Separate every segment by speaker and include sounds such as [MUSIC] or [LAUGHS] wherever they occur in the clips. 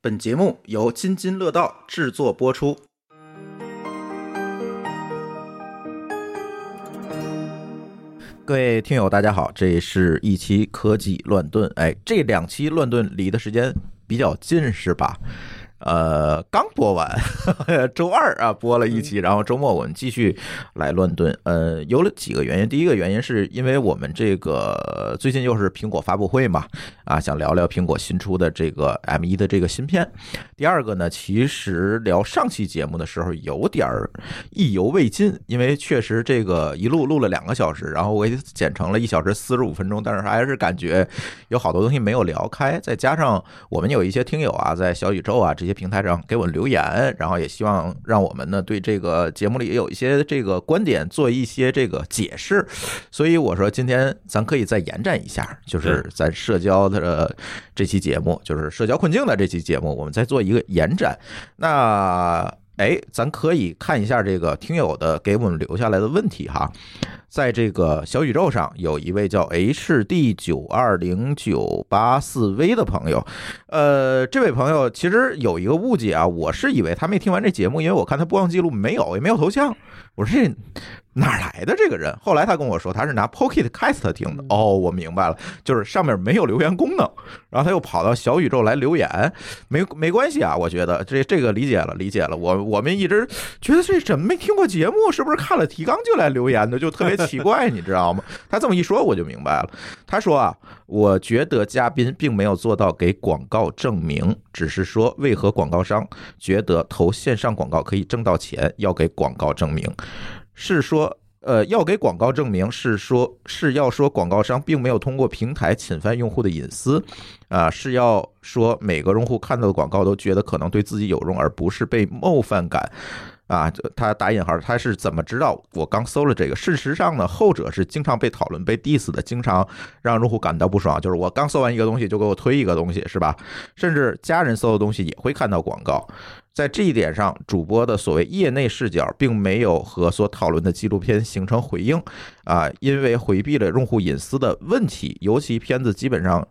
Speaker 1: 本节目由津津乐道制作播出。各位听友，大家好，这是一期科技乱炖。哎，这两期乱炖离的时间比较近，是吧？呃，刚播完， [LAUGHS] 周二啊播了一期，然后周末我们继续来乱炖。呃，有了几个原因，第一个原因是因为我们这个最近又是苹果发布会嘛，啊，想聊聊苹果新出的这个 M 一的这个芯片。第二个呢，其实聊上期节目的时候有点儿意犹未尽，因为确实这个一路录了两个小时，然后我也剪成了一小时四十五分钟，但是还是感觉有好多东西没有聊开，再加上我们有一些听友啊，在小宇宙啊这些平台上给我留言，然后也希望让我们呢对这个节目里也有一些这个观点做一些这个解释，所以我说今天咱可以再延展一下，就是咱社交的呃这期节目，就是社交困境的这期节目，我们再做一个延展。那哎，咱可以看一下这个听友的给我们留下来的问题哈。在这个小宇宙上，有一位叫 H D 九二零九八四 V 的朋友，呃，这位朋友其实有一个误解啊，我是以为他没听完这节目，因为我看他播放记录没有，也没有头像，我说这哪儿来的这个人？后来他跟我说他是拿 Pocket Cast 听的，哦，我明白了，就是上面没有留言功能，然后他又跑到小宇宙来留言，没没关系啊，我觉得这这个理解了，理解了，我我们一直觉得这怎么没听过节目，是不是看了提纲就来留言的，就特别。奇怪，你知道吗？他这么一说，我就明白了。他说啊，我觉得嘉宾并没有做到给广告证明，只是说为何广告商觉得投线上广告可以挣到钱，要给广告证明，是说。呃，要给广告证明是说，是要说广告商并没有通过平台侵犯用户的隐私，啊，是要说每个用户看到的广告都觉得可能对自己有用，而不是被冒犯感。啊，他打引号，他是怎么知道？我刚搜了这个。事实上呢，后者是经常被讨论、被 diss 的，经常让用户感到不爽。就是我刚搜完一个东西，就给我推一个东西，是吧？甚至家人搜的东西也会看到广告。在这一点上，主播的所谓业内视角并没有和所讨论的纪录片形成回应啊，因为回避了用户隐私的问题，尤其片子基本上。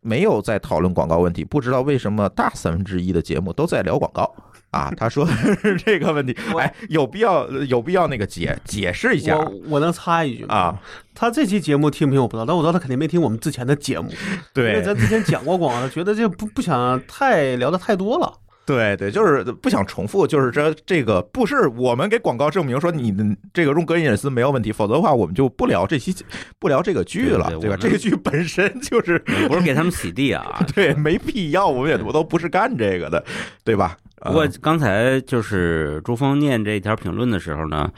Speaker 1: 没有在讨论广告问题，不知道为什么大三分之一的节目都在聊广告啊？他说是这个问题，哎，有必要有必要那个解解释一下。
Speaker 2: 我我能插一句
Speaker 1: 啊？
Speaker 2: 他这期节目听没听我不知道，但我知道他肯定没听我们之前的节目，因为
Speaker 1: 对
Speaker 2: 咱之前讲过广告，他 [LAUGHS] 觉得这不不想太聊的太多了。
Speaker 1: 对对，就是不想重复，就是这这个不是我们给广告证明说你的这个用个人隐私没有问题，否则的话我们就不聊这期不聊这个剧了，
Speaker 3: 对
Speaker 1: 对吧？
Speaker 3: 对我们
Speaker 1: 这个剧本身就是
Speaker 3: [LAUGHS] 不是给他们洗地啊。
Speaker 1: [LAUGHS] 对没必要，我们也我都不是干这个的，对吧？
Speaker 3: 不过
Speaker 1: 啊
Speaker 3: 刚才就是朱峰念这条评论的时候呢，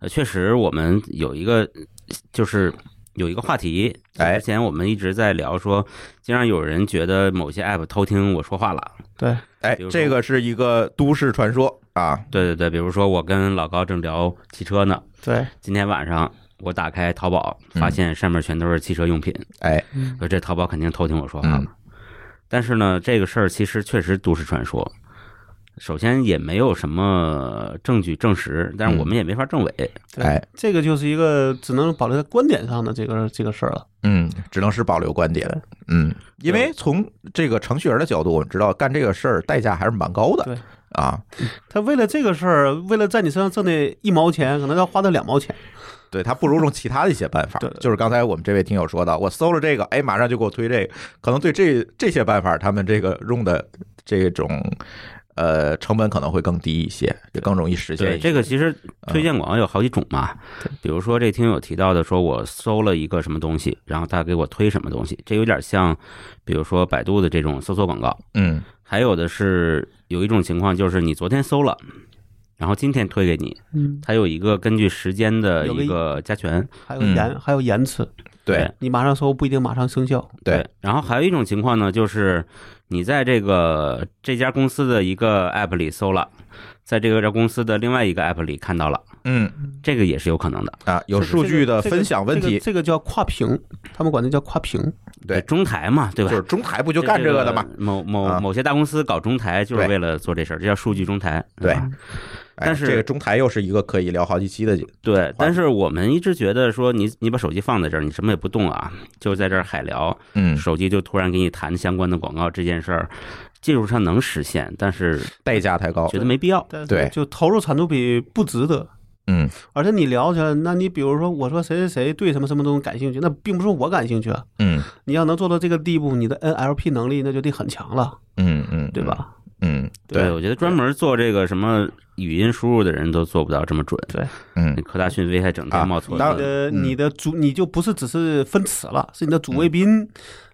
Speaker 3: 呃确实我们有一个就是有一个话题，
Speaker 1: 哎
Speaker 3: 之前我们一直在聊说，经常有人觉得某些 app 偷听我说话了。
Speaker 2: 对，
Speaker 1: 哎
Speaker 3: 比，如说
Speaker 1: 这个是一个都市传说啊。
Speaker 3: 对对对，比如说我跟老高正聊汽车呢，
Speaker 2: 对，
Speaker 3: 今天晚上我打开淘宝，
Speaker 1: 嗯
Speaker 3: 发现上面全都是汽车用品，
Speaker 1: 哎，
Speaker 3: 说这淘宝肯定偷听我说话了。但是呢，这个事儿其实确实都市传说，首先也没有什么证据证实，但是我们也没法证伪。
Speaker 2: 对
Speaker 1: 哎，
Speaker 2: 这个就是一个只能保留在观点上的这个这个事儿了。
Speaker 1: 嗯，只能是保留观点。嗯，因为从这个程序员的角度，我们知道干这个事儿代价还是蛮高的。
Speaker 2: 对
Speaker 1: 啊，
Speaker 2: 他为了这个事儿，为了在你身上挣那一毛钱，可能要花到两毛钱。
Speaker 1: 对他不如用其他的一些办法
Speaker 2: 对对。对
Speaker 1: 就是刚才我们这位听友说的，我搜了这个，哎，马上就给我推这个。可能对这这些办法，他们这个用的这种呃成本可能会更低一些，也更容易实现
Speaker 3: 对，
Speaker 1: 一些。
Speaker 3: 这个其实推荐广告有好几种嘛，比如说这听友提到的，说我搜了一个什么东西，然后他给我推什么东西，这有点像，比如说百度的这种搜索广告。
Speaker 1: 嗯
Speaker 3: 还有的是有一种情况就是你昨天搜了，然后今天推给你，
Speaker 2: 嗯，
Speaker 3: 它有一个根据时间的
Speaker 2: 有个
Speaker 3: 一个加权。
Speaker 2: 还有延、还有延迟，
Speaker 1: 对
Speaker 2: 你马上说不一定马上生效。
Speaker 1: 对
Speaker 3: 然后还有一种情况呢，就是你在这个这家公司的一个 app 里搜了，在这个公司的另外一个 app 里看到了，
Speaker 1: 嗯
Speaker 3: 这个也是有可能的。
Speaker 1: 啊，有数据的分享问
Speaker 2: 这个这
Speaker 1: 题
Speaker 2: 个，这个叫跨屏，他们管这叫跨屏。
Speaker 1: 对
Speaker 3: 中台嘛，对吧？
Speaker 1: 就是中台不就干这个的吗？？
Speaker 3: 某
Speaker 1: 啊
Speaker 3: 某某些大公司搞中台就是为了做这事儿，这叫数据中台。嗯
Speaker 1: 对
Speaker 3: 吧
Speaker 1: 哎
Speaker 3: 但是
Speaker 1: 这个中台又是一个可以聊好几期的
Speaker 3: 对，但是我们一直觉得说你你把手机放在这儿，你什么也不动啊，就在这儿海聊，
Speaker 1: 嗯
Speaker 3: 手机就突然给你弹相关的广告这件事儿，技术上能实现，但是
Speaker 1: 代价太高。
Speaker 3: 觉得没必要。
Speaker 2: 但是
Speaker 1: 对
Speaker 2: 就投入产出比不值得。
Speaker 1: 嗯，
Speaker 2: 而且你聊起来，那你比如说我说谁谁谁对什么什么东西感兴趣，那并不是我感兴趣啊。
Speaker 1: 嗯
Speaker 2: 你要能做到这个地步，你的 NLP 能力那就得很强了，
Speaker 1: 嗯嗯，
Speaker 2: 对？吧？
Speaker 1: 嗯，
Speaker 3: 对，，我觉得专门做这个什么语音输入的人都做不到这么准。
Speaker 2: 对，
Speaker 1: 嗯
Speaker 3: 那，科大讯飞还整
Speaker 1: 啊
Speaker 3: 天冒错
Speaker 1: 当
Speaker 2: 你
Speaker 3: 字，
Speaker 2: 的
Speaker 1: 嗯
Speaker 2: 你的主你就不是只是分词了，是你的主谓宾，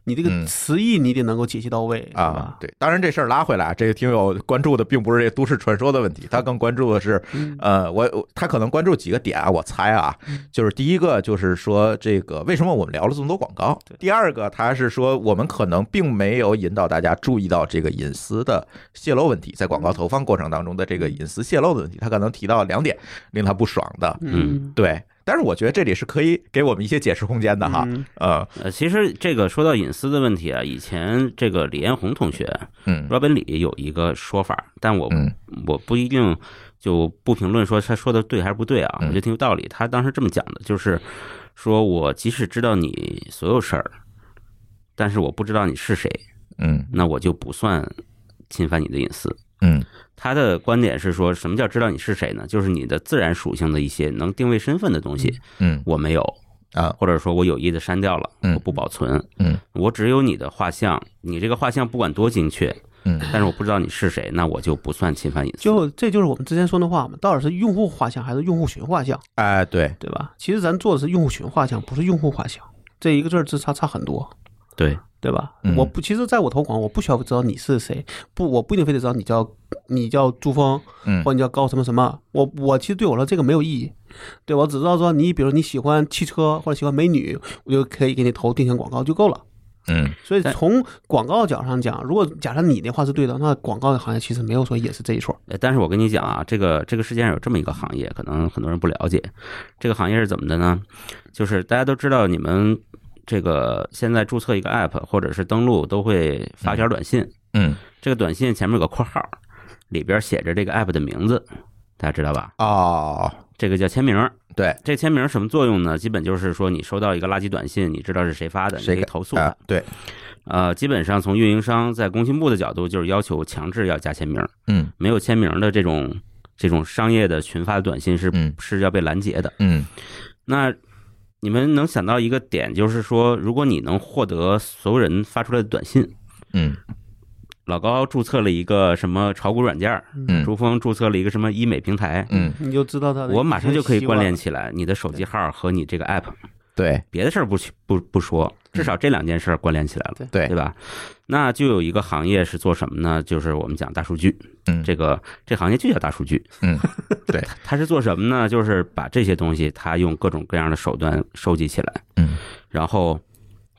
Speaker 2: 你这
Speaker 1: 嗯
Speaker 2: 个词义你得能够解析到位，对
Speaker 1: 啊
Speaker 2: 吧，？
Speaker 1: 对，当然这事儿拉回来啊，这个听友关注的并不是这都市传说的问题，他更关注的是，呃，我我他可能关注几个点啊，我猜啊，
Speaker 2: 嗯
Speaker 1: 就是第一个就是说这个为什么我们聊了这么多广告
Speaker 2: 对，
Speaker 1: 第二个他是说我们可能并没有引导大家注意到这个隐私的泄露问题，在
Speaker 2: 嗯
Speaker 1: 广告投放过程当中的这个隐私泄露的问题，他可能提到两点令他不爽的，
Speaker 3: 嗯
Speaker 1: 对，但是我觉得这里是可以给我们一些解释空间的哈，
Speaker 2: 嗯
Speaker 1: 呃，
Speaker 3: 呃，其实这个说到隐私的问题啊，以前这个李彦宏同学
Speaker 1: 嗯
Speaker 3: Robin 李有一个说法，但我
Speaker 1: 嗯
Speaker 3: 我不一定就不评论说他说的对还是不对啊，我
Speaker 1: 嗯
Speaker 3: 觉得挺有道理。他当时这么讲的，就是说我即使知道你所有事儿，但是我不知道你是谁，
Speaker 1: 嗯
Speaker 3: 那我就不算侵犯你的隐私。
Speaker 1: 嗯
Speaker 3: 他的观点是说什么叫知道你是谁呢？就是你的自然属性的一些能定位身份的东西，
Speaker 1: 嗯
Speaker 3: 我没有，
Speaker 1: 啊
Speaker 3: 或者说我有意的删掉了，
Speaker 1: 嗯
Speaker 3: 我不保存，
Speaker 1: 嗯
Speaker 3: 我只有你的画像，你这个画像不管多精确，
Speaker 1: 嗯
Speaker 3: 但是我不知道你是谁，那我就不算侵犯隐私。
Speaker 2: 就这就是我们之前说的话嘛，到底是用户画像还是用户群画像，
Speaker 1: 哎对。
Speaker 2: 对吧？其实咱做的是用户群画像，不是用户画像，这一个字儿之差差很多。
Speaker 3: 对，
Speaker 2: 对吧？
Speaker 1: 嗯
Speaker 2: 我不，其实在我投广，我不需要知道你是谁，不，我不一定非得知道你叫你叫朱峰，
Speaker 1: 嗯
Speaker 2: 或者你叫高什么什么。我我其实对我来说这个没有意义，对我只知道说你，比如你喜欢汽车或者喜欢美女，我就可以给你投定向广告就够了。
Speaker 1: 嗯
Speaker 2: 所以
Speaker 3: 但
Speaker 2: 从广告角上讲，如果假设你的话是对的，那广告行业其实没有说也是这一说。
Speaker 3: 呃但是我跟你讲啊，这个这个世界上有这么一个行业，可能很多人不了解，这个行业是怎么的呢？就是大家都知道，你们这个现在注册一个 app 或者是登录都会发条短信，
Speaker 1: 嗯
Speaker 3: 这个短信前面有个括号，里边写着这个 app 的名字，大家知道吧？
Speaker 1: 哦，
Speaker 3: 这个叫签名。
Speaker 1: 对，
Speaker 3: 这签名什么作用呢？基本就是说，你收到一个垃圾短信，你知道是谁发的，你可
Speaker 1: 谁
Speaker 3: 以
Speaker 1: 给
Speaker 3: 投诉
Speaker 1: 啊
Speaker 3: 他。？
Speaker 1: 对，
Speaker 3: 呃，基本上从运营商在工信部的角度，就是要求强制要加签名，
Speaker 1: 嗯
Speaker 3: 没有签名的这种这种商业的群发短信是
Speaker 1: 嗯
Speaker 3: 是要被拦截的。
Speaker 1: 嗯
Speaker 3: 那你们能想到一个点，就是说，如果你能获得所有人发出来的短信，
Speaker 1: 嗯
Speaker 3: 老高注册了一个什么炒股软件儿，
Speaker 1: 嗯
Speaker 3: 朱峰注册了一个什么医美平台，
Speaker 1: 嗯，
Speaker 2: 你就知道他的一些习惯，
Speaker 3: 我马上就可以关联起来你的手机号和你这个 app，
Speaker 1: 对
Speaker 3: 别的事儿不去不不说，至少这两件事儿关联起来了，
Speaker 2: 对
Speaker 1: 嗯对
Speaker 3: 对吧？那就有一个行业是做什么呢？就是我们讲大数据，
Speaker 1: 嗯
Speaker 3: 这个这行业就叫大数据， [LAUGHS]
Speaker 1: 嗯，对
Speaker 3: 它，它是做什么呢？就是把这些东西，它用各种各样的手段收集起来，
Speaker 1: 嗯
Speaker 3: 然后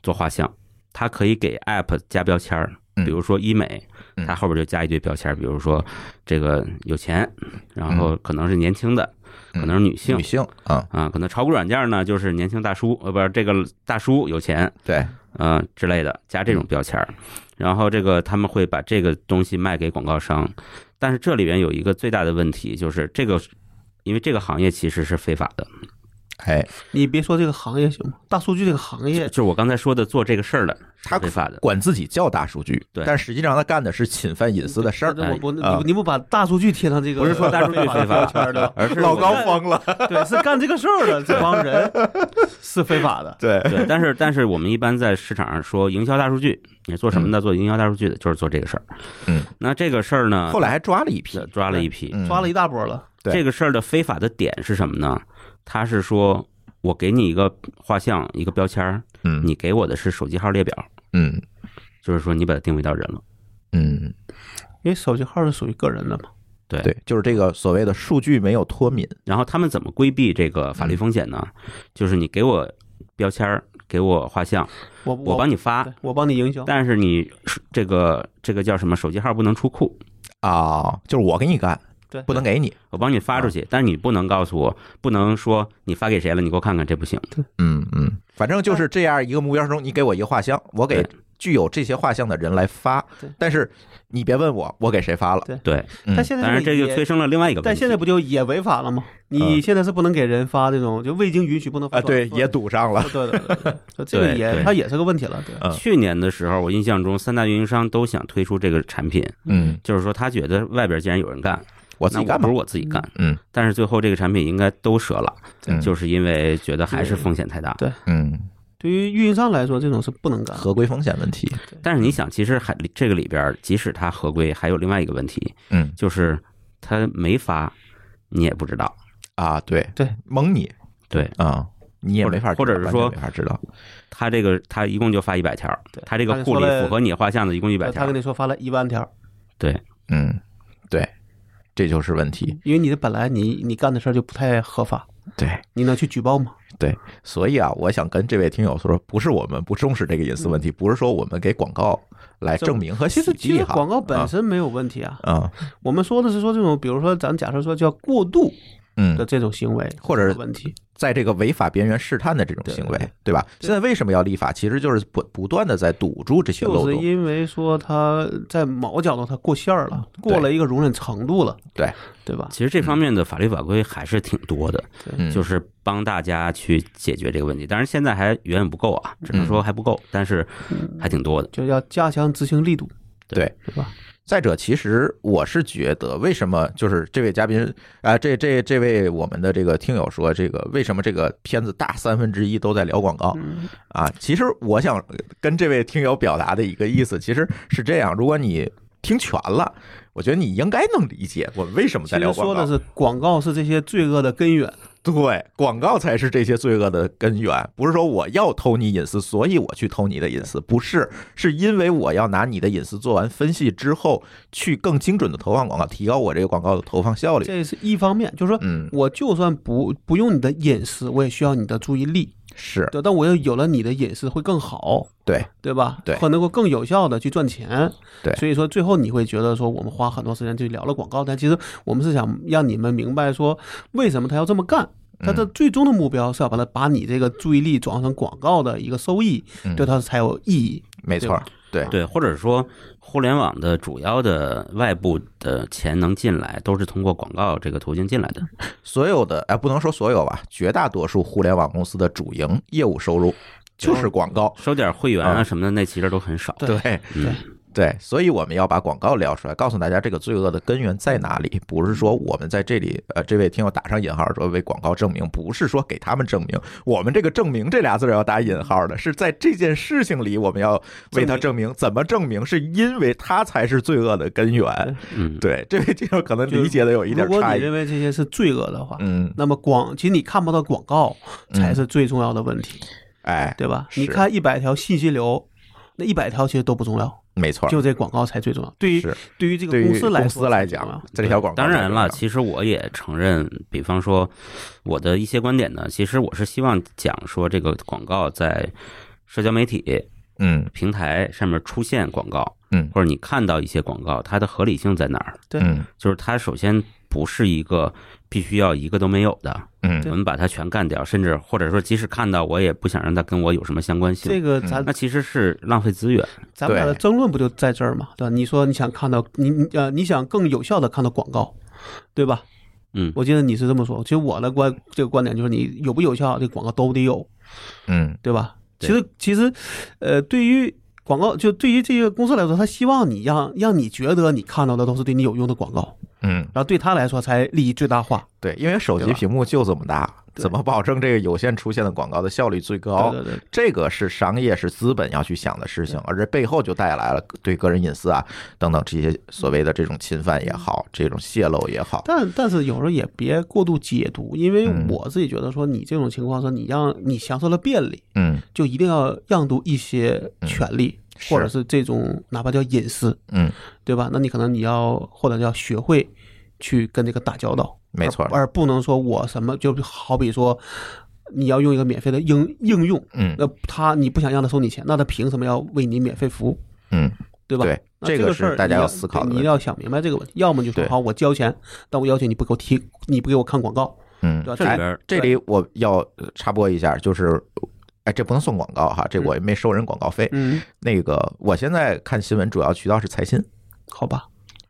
Speaker 3: 做画像，它可以给 app 加标签儿，
Speaker 1: 嗯
Speaker 3: 比如说医美
Speaker 1: 嗯。
Speaker 3: 它后边就加一堆标签儿，比如说这个有钱，然后可能是年轻的，
Speaker 1: 嗯
Speaker 3: 可能是女性
Speaker 1: 女性啊，
Speaker 3: 啊，可能炒股软件呢就是年轻大叔，呃，不是这个大叔有钱，
Speaker 1: 对，
Speaker 3: 呃之类的，加这种标签儿。然后这个他们会把这个东西卖给广告商，但是这里边有一个最大的问题，就是这个，因为这个行业其实是非法的，
Speaker 1: 哎，
Speaker 2: 你别说这个行业行吗？大数据这个行业
Speaker 3: 就是我刚才说的做这个事儿的
Speaker 1: 他
Speaker 3: 是非法的，
Speaker 1: 管自己叫大数据，
Speaker 3: 对
Speaker 1: 但实际上他干的是侵犯隐私的事儿。
Speaker 2: 我我你
Speaker 1: 啊
Speaker 2: 不你不把大数据贴上这个，
Speaker 3: 不是说大数据非法
Speaker 2: 圈儿的，
Speaker 3: 而是
Speaker 1: 老
Speaker 3: 我
Speaker 1: 高疯了，
Speaker 2: [LAUGHS] 对，是干这个事儿的这
Speaker 1: [LAUGHS]
Speaker 2: 帮人是非法的。
Speaker 1: 对， [LAUGHS]
Speaker 3: 对，但是但是我们一般在市场上说营销大数据，你做什么的？做营销大数据的，就是做这个事儿。
Speaker 1: 嗯，
Speaker 3: 那这个事儿呢，
Speaker 1: 后来还抓了一批
Speaker 3: 抓，抓了一批，
Speaker 1: 嗯
Speaker 2: 抓了一大波了。
Speaker 1: 对
Speaker 3: 这个事儿的非法的点是什么呢？他是说我给你一个画像，一个标签儿，
Speaker 1: 嗯
Speaker 3: 你给我的是手机号列表，
Speaker 1: 嗯
Speaker 3: 就是说你把它定位到人了。
Speaker 1: 嗯，
Speaker 2: 因为手机号是属于个人的嘛，
Speaker 3: 对
Speaker 1: 对，就是这个所谓的数据没有脱敏，
Speaker 3: 然后他们怎么规避这个法律
Speaker 1: 嗯
Speaker 3: 风险呢？就是你给我标签儿，给我画像，
Speaker 2: 我
Speaker 3: 我帮
Speaker 2: 你，
Speaker 3: 你发
Speaker 2: 对，我帮你营销，
Speaker 3: 但是你这个这个叫什么手机号不能出库，
Speaker 1: 啊，就是我给你干，
Speaker 2: 对
Speaker 1: 不能给你。
Speaker 3: 我帮你发
Speaker 2: 啊
Speaker 3: 出去，但是你不能告诉我，不能说你发给谁了，你给我看看，这不行。
Speaker 1: 嗯嗯，反正就是这样一个目标中，你给我一个画像，我给
Speaker 3: 对
Speaker 1: 具有这些画像的人来发
Speaker 2: 对，
Speaker 1: 但是你别问我我给谁发了。
Speaker 3: 对，
Speaker 1: 嗯
Speaker 2: 但现在
Speaker 3: 当然这
Speaker 2: 个
Speaker 3: 就催生了另外一个问题。
Speaker 2: 但现在不就也违法了吗？你现在是不能给人发这种，就未经允许不能发
Speaker 1: 嗯啊，
Speaker 2: 短
Speaker 1: 对，
Speaker 2: 信。
Speaker 1: 也堵上了。
Speaker 2: 对对对对，对这个
Speaker 3: 对
Speaker 2: 也
Speaker 3: 对
Speaker 2: 它也是个问题了。对，
Speaker 1: 嗯
Speaker 3: 去年的时候，我印象中三大运营商都想推出这个产品，
Speaker 1: 嗯，
Speaker 3: 就是说他觉得外边既然有人干，
Speaker 1: 我自己
Speaker 3: 那
Speaker 1: 干吧
Speaker 3: 不如。我自己干。
Speaker 1: 嗯，
Speaker 3: 但是最后这个产品应该都折了，
Speaker 1: 嗯
Speaker 3: 就是因为觉得还是风险太大。
Speaker 2: 对
Speaker 1: 嗯，
Speaker 2: 对于运营商来说，这种是不能干
Speaker 3: 嗯
Speaker 2: 的。
Speaker 1: 合规风险问题。
Speaker 3: 但是你想，其实还这个里边，即使它合规，还有另外一个问题，
Speaker 1: 嗯
Speaker 3: 就是它没发，你也不知道。
Speaker 1: 啊，对
Speaker 2: 对，
Speaker 1: 蒙你
Speaker 3: 对
Speaker 1: 啊，你也
Speaker 3: 或者
Speaker 1: 没法知道，
Speaker 3: 或者是
Speaker 1: 完全
Speaker 3: 说
Speaker 1: 没法知道。
Speaker 3: 它这个，它一共就发一百条
Speaker 2: 对，
Speaker 3: 它这
Speaker 2: 他
Speaker 3: 个
Speaker 2: 就
Speaker 3: 库
Speaker 2: 说
Speaker 3: 里
Speaker 2: 了呃
Speaker 3: 符合你画像的一共一百
Speaker 2: 他
Speaker 3: 条
Speaker 2: 跟。你说发了一万条，
Speaker 3: 对
Speaker 1: 嗯，对，这就是问题。
Speaker 2: 因为你的本来你你干的事儿就不太合法，
Speaker 3: 嗯
Speaker 1: 对，
Speaker 2: 你能去举报吗？
Speaker 1: 所以啊，我想跟这位听友说，不是我们不重视这个隐私问
Speaker 3: 嗯
Speaker 1: 题，不是说我们给广告来证明和
Speaker 2: 其
Speaker 1: 洗
Speaker 2: 实其
Speaker 1: 地
Speaker 2: 实
Speaker 1: 哈。
Speaker 2: 广告本身没有问题啊，
Speaker 1: 啊，
Speaker 2: 我们说的是说这种，比如说咱们假设说叫过度
Speaker 1: 嗯
Speaker 2: 的
Speaker 1: 嗯，
Speaker 2: 这种行为，
Speaker 1: 或者
Speaker 2: 有问题。
Speaker 1: 在这个违法边缘试探的这种行为，对吧？现在为什么要立法？其实就是不不断的在堵住这些漏
Speaker 2: 就是
Speaker 1: 洞。
Speaker 2: 因为说他在某个角度他过线儿了，过了一个容忍程度了，
Speaker 1: 嗯对
Speaker 2: 对吧？
Speaker 3: 其实这方面的法律法规还是挺多的，
Speaker 1: 嗯，
Speaker 3: 就是是帮大家去解决这个问题。当然现在还远远不够啊，只
Speaker 1: 嗯
Speaker 3: 能说还不够，但是还挺多的。
Speaker 2: 就要加强执行力度，
Speaker 1: 对。
Speaker 2: 对吧？
Speaker 1: 再者，其实我是觉得，为什么就是这位嘉宾啊、这这这位我们的这个听友说，这个为什么这个片子大三分之一都在聊广告啊？其实我想跟这位听友表达的一个意思，其实是这样：如果你听全了，我觉得你应该能理解我们为什么
Speaker 2: 其
Speaker 1: 在聊
Speaker 2: 实
Speaker 1: 广
Speaker 2: 说的
Speaker 1: 告。
Speaker 2: 是广告是这些罪恶的根源，
Speaker 1: 对，广告才是这些罪恶的根源，不是说我要偷你隐私，所以我去偷你的隐私，不是，是因为我要拿你的隐私做完分析之后，去更精准的投放广告，提高我这个广告的投放效率。
Speaker 2: 这是一方面，就是说。
Speaker 1: 嗯，
Speaker 2: 我就算不不用你的隐私，我也需要你的注意力，
Speaker 1: 是
Speaker 2: 对。但我要有了你的隐私会更好，
Speaker 1: 对，
Speaker 2: 对吧？
Speaker 1: 对
Speaker 2: 或能够更有效的去赚钱。
Speaker 1: 对
Speaker 2: 所以说最后你会觉得说我们花很多时间去聊了广告，但其实我们是想让你们明白说为什么他要这么干。
Speaker 1: 嗯
Speaker 2: 他的最终的目标是要把它把你这个注意力转化成广告的一个收益，
Speaker 1: 嗯
Speaker 2: 对他才有意义。
Speaker 1: 没错
Speaker 2: 对
Speaker 1: 儿，对，
Speaker 3: 对，或者说互联网的主要的外部的钱能进来，都是通过广告这个途径进来的。
Speaker 1: 所有的哎，不能说所有吧，绝大多数互联网公司的主营业务收入就是广告。
Speaker 3: 收点会员啊
Speaker 1: 啊
Speaker 3: 什么的，那其实都很少。
Speaker 2: 对
Speaker 1: 对
Speaker 3: 嗯，
Speaker 1: 对，所以我们要把广告聊出来，告诉大家这个罪恶的根源在哪里。不是说我们在这里，呃，这位听友打上引号说为广告证明，不是说给他们证明。我们这个“证明”这俩字儿要打引号的，是在这件事情里我们要为他证明。怎么证明？是因为他才是罪恶的根源。
Speaker 3: 嗯，
Speaker 1: 对，这位听友可能理解的有一
Speaker 2: 如
Speaker 1: 点
Speaker 2: 果
Speaker 1: 差
Speaker 2: 你
Speaker 1: 异
Speaker 2: 认。为这些是罪恶的话，
Speaker 1: 嗯，
Speaker 2: 那么广其实你看不到广告才
Speaker 1: 嗯
Speaker 2: 是最重要的问题，
Speaker 1: 哎，
Speaker 2: 对吧？
Speaker 1: 是
Speaker 2: 你看一百条信息流，那一百条其实都不重要，
Speaker 1: 没错儿，
Speaker 2: 就这广告才最重要。对于
Speaker 1: 是
Speaker 2: 对于这
Speaker 1: 对
Speaker 2: 个
Speaker 1: 于
Speaker 2: 公司来
Speaker 1: 公
Speaker 2: 说
Speaker 1: 司来
Speaker 2: 才重要
Speaker 1: 讲，这条广告
Speaker 3: 当然了，
Speaker 1: 就是
Speaker 3: 其实我也承认，比方说我的一些观点呢，其实我是希望讲说这个广告在社交媒体
Speaker 1: 这样嗯
Speaker 3: 平台上面出现广告，
Speaker 1: 嗯
Speaker 3: 或者你看到一些广告，它的合理性在哪儿？
Speaker 2: 对
Speaker 1: 嗯
Speaker 3: 就是它首先不是一个必须要一个都没有的，我
Speaker 1: 嗯，
Speaker 3: 们把它全干掉，甚至或者说即使看到，我也不想让它跟我有什么相关
Speaker 2: 这
Speaker 3: 性。
Speaker 2: 个咱
Speaker 3: 那其实是浪费资源。
Speaker 2: 咱们俩的
Speaker 1: 对
Speaker 2: 争论不就在这儿嘛，对吧？你说你想看到你你呃你想更有效的看到广告，对吧？
Speaker 3: 嗯，
Speaker 2: 我记得你是这么说。其实我的观这个观点就是，你有不有效，这广告都得有，
Speaker 1: 嗯
Speaker 2: 对吧？其
Speaker 3: 对
Speaker 2: 实其实，呃，对于广告，就对于这个公司来说，他希望你让让你觉得你看到的都是对你有用的广告，
Speaker 1: 嗯。
Speaker 2: 然后对他来说才利益最大化。
Speaker 1: 对，因为手机
Speaker 2: 对吧
Speaker 1: 屏幕就这么大，
Speaker 2: 对
Speaker 1: 怎么保证这个有限出现的广告的效率最高？
Speaker 2: 对对对，
Speaker 1: 这个是商业是资本要去想的事情，而这背后就带来了对个人隐私啊等等这些所谓的这种侵犯也好，这种泄露也好，
Speaker 2: 嗯但但是有时候也别过度解读，因为
Speaker 1: 嗯
Speaker 2: 我自己觉得说，你这种情况说你让你享受了便利，
Speaker 1: 嗯
Speaker 2: 就一定要让渡一些权利，
Speaker 1: 是
Speaker 2: 或者是这种哪怕叫隐私，
Speaker 1: 嗯，
Speaker 2: 对吧？那你可能你要或者要学会去跟这个打交道，
Speaker 1: 没错
Speaker 2: 而，而不能说我什么就好比说你要用一个免费的应应用，
Speaker 1: 嗯
Speaker 2: 那他你不想让他收你钱，那他凭什么要为你免费服务？
Speaker 1: 嗯
Speaker 2: 对吧？
Speaker 1: 对
Speaker 2: 那
Speaker 1: 这
Speaker 2: 这
Speaker 1: 个
Speaker 2: 事儿
Speaker 1: 是大家
Speaker 2: 你
Speaker 1: 要思考的问
Speaker 2: 你一定
Speaker 1: 题
Speaker 2: 要想明白这个问题。要么就说
Speaker 1: 对
Speaker 2: 好，我交钱，但我要求你不给我提，你不给我看广告，
Speaker 1: 嗯
Speaker 2: 对，吧？
Speaker 3: 这里
Speaker 2: 哎
Speaker 3: 边儿
Speaker 1: 这里我要呃插播一下，就是，哎，这不能算广告哈，这我也没收人广告费。
Speaker 2: 嗯，
Speaker 1: 那个，我现在看新闻主要渠道是财新，
Speaker 2: 好吧，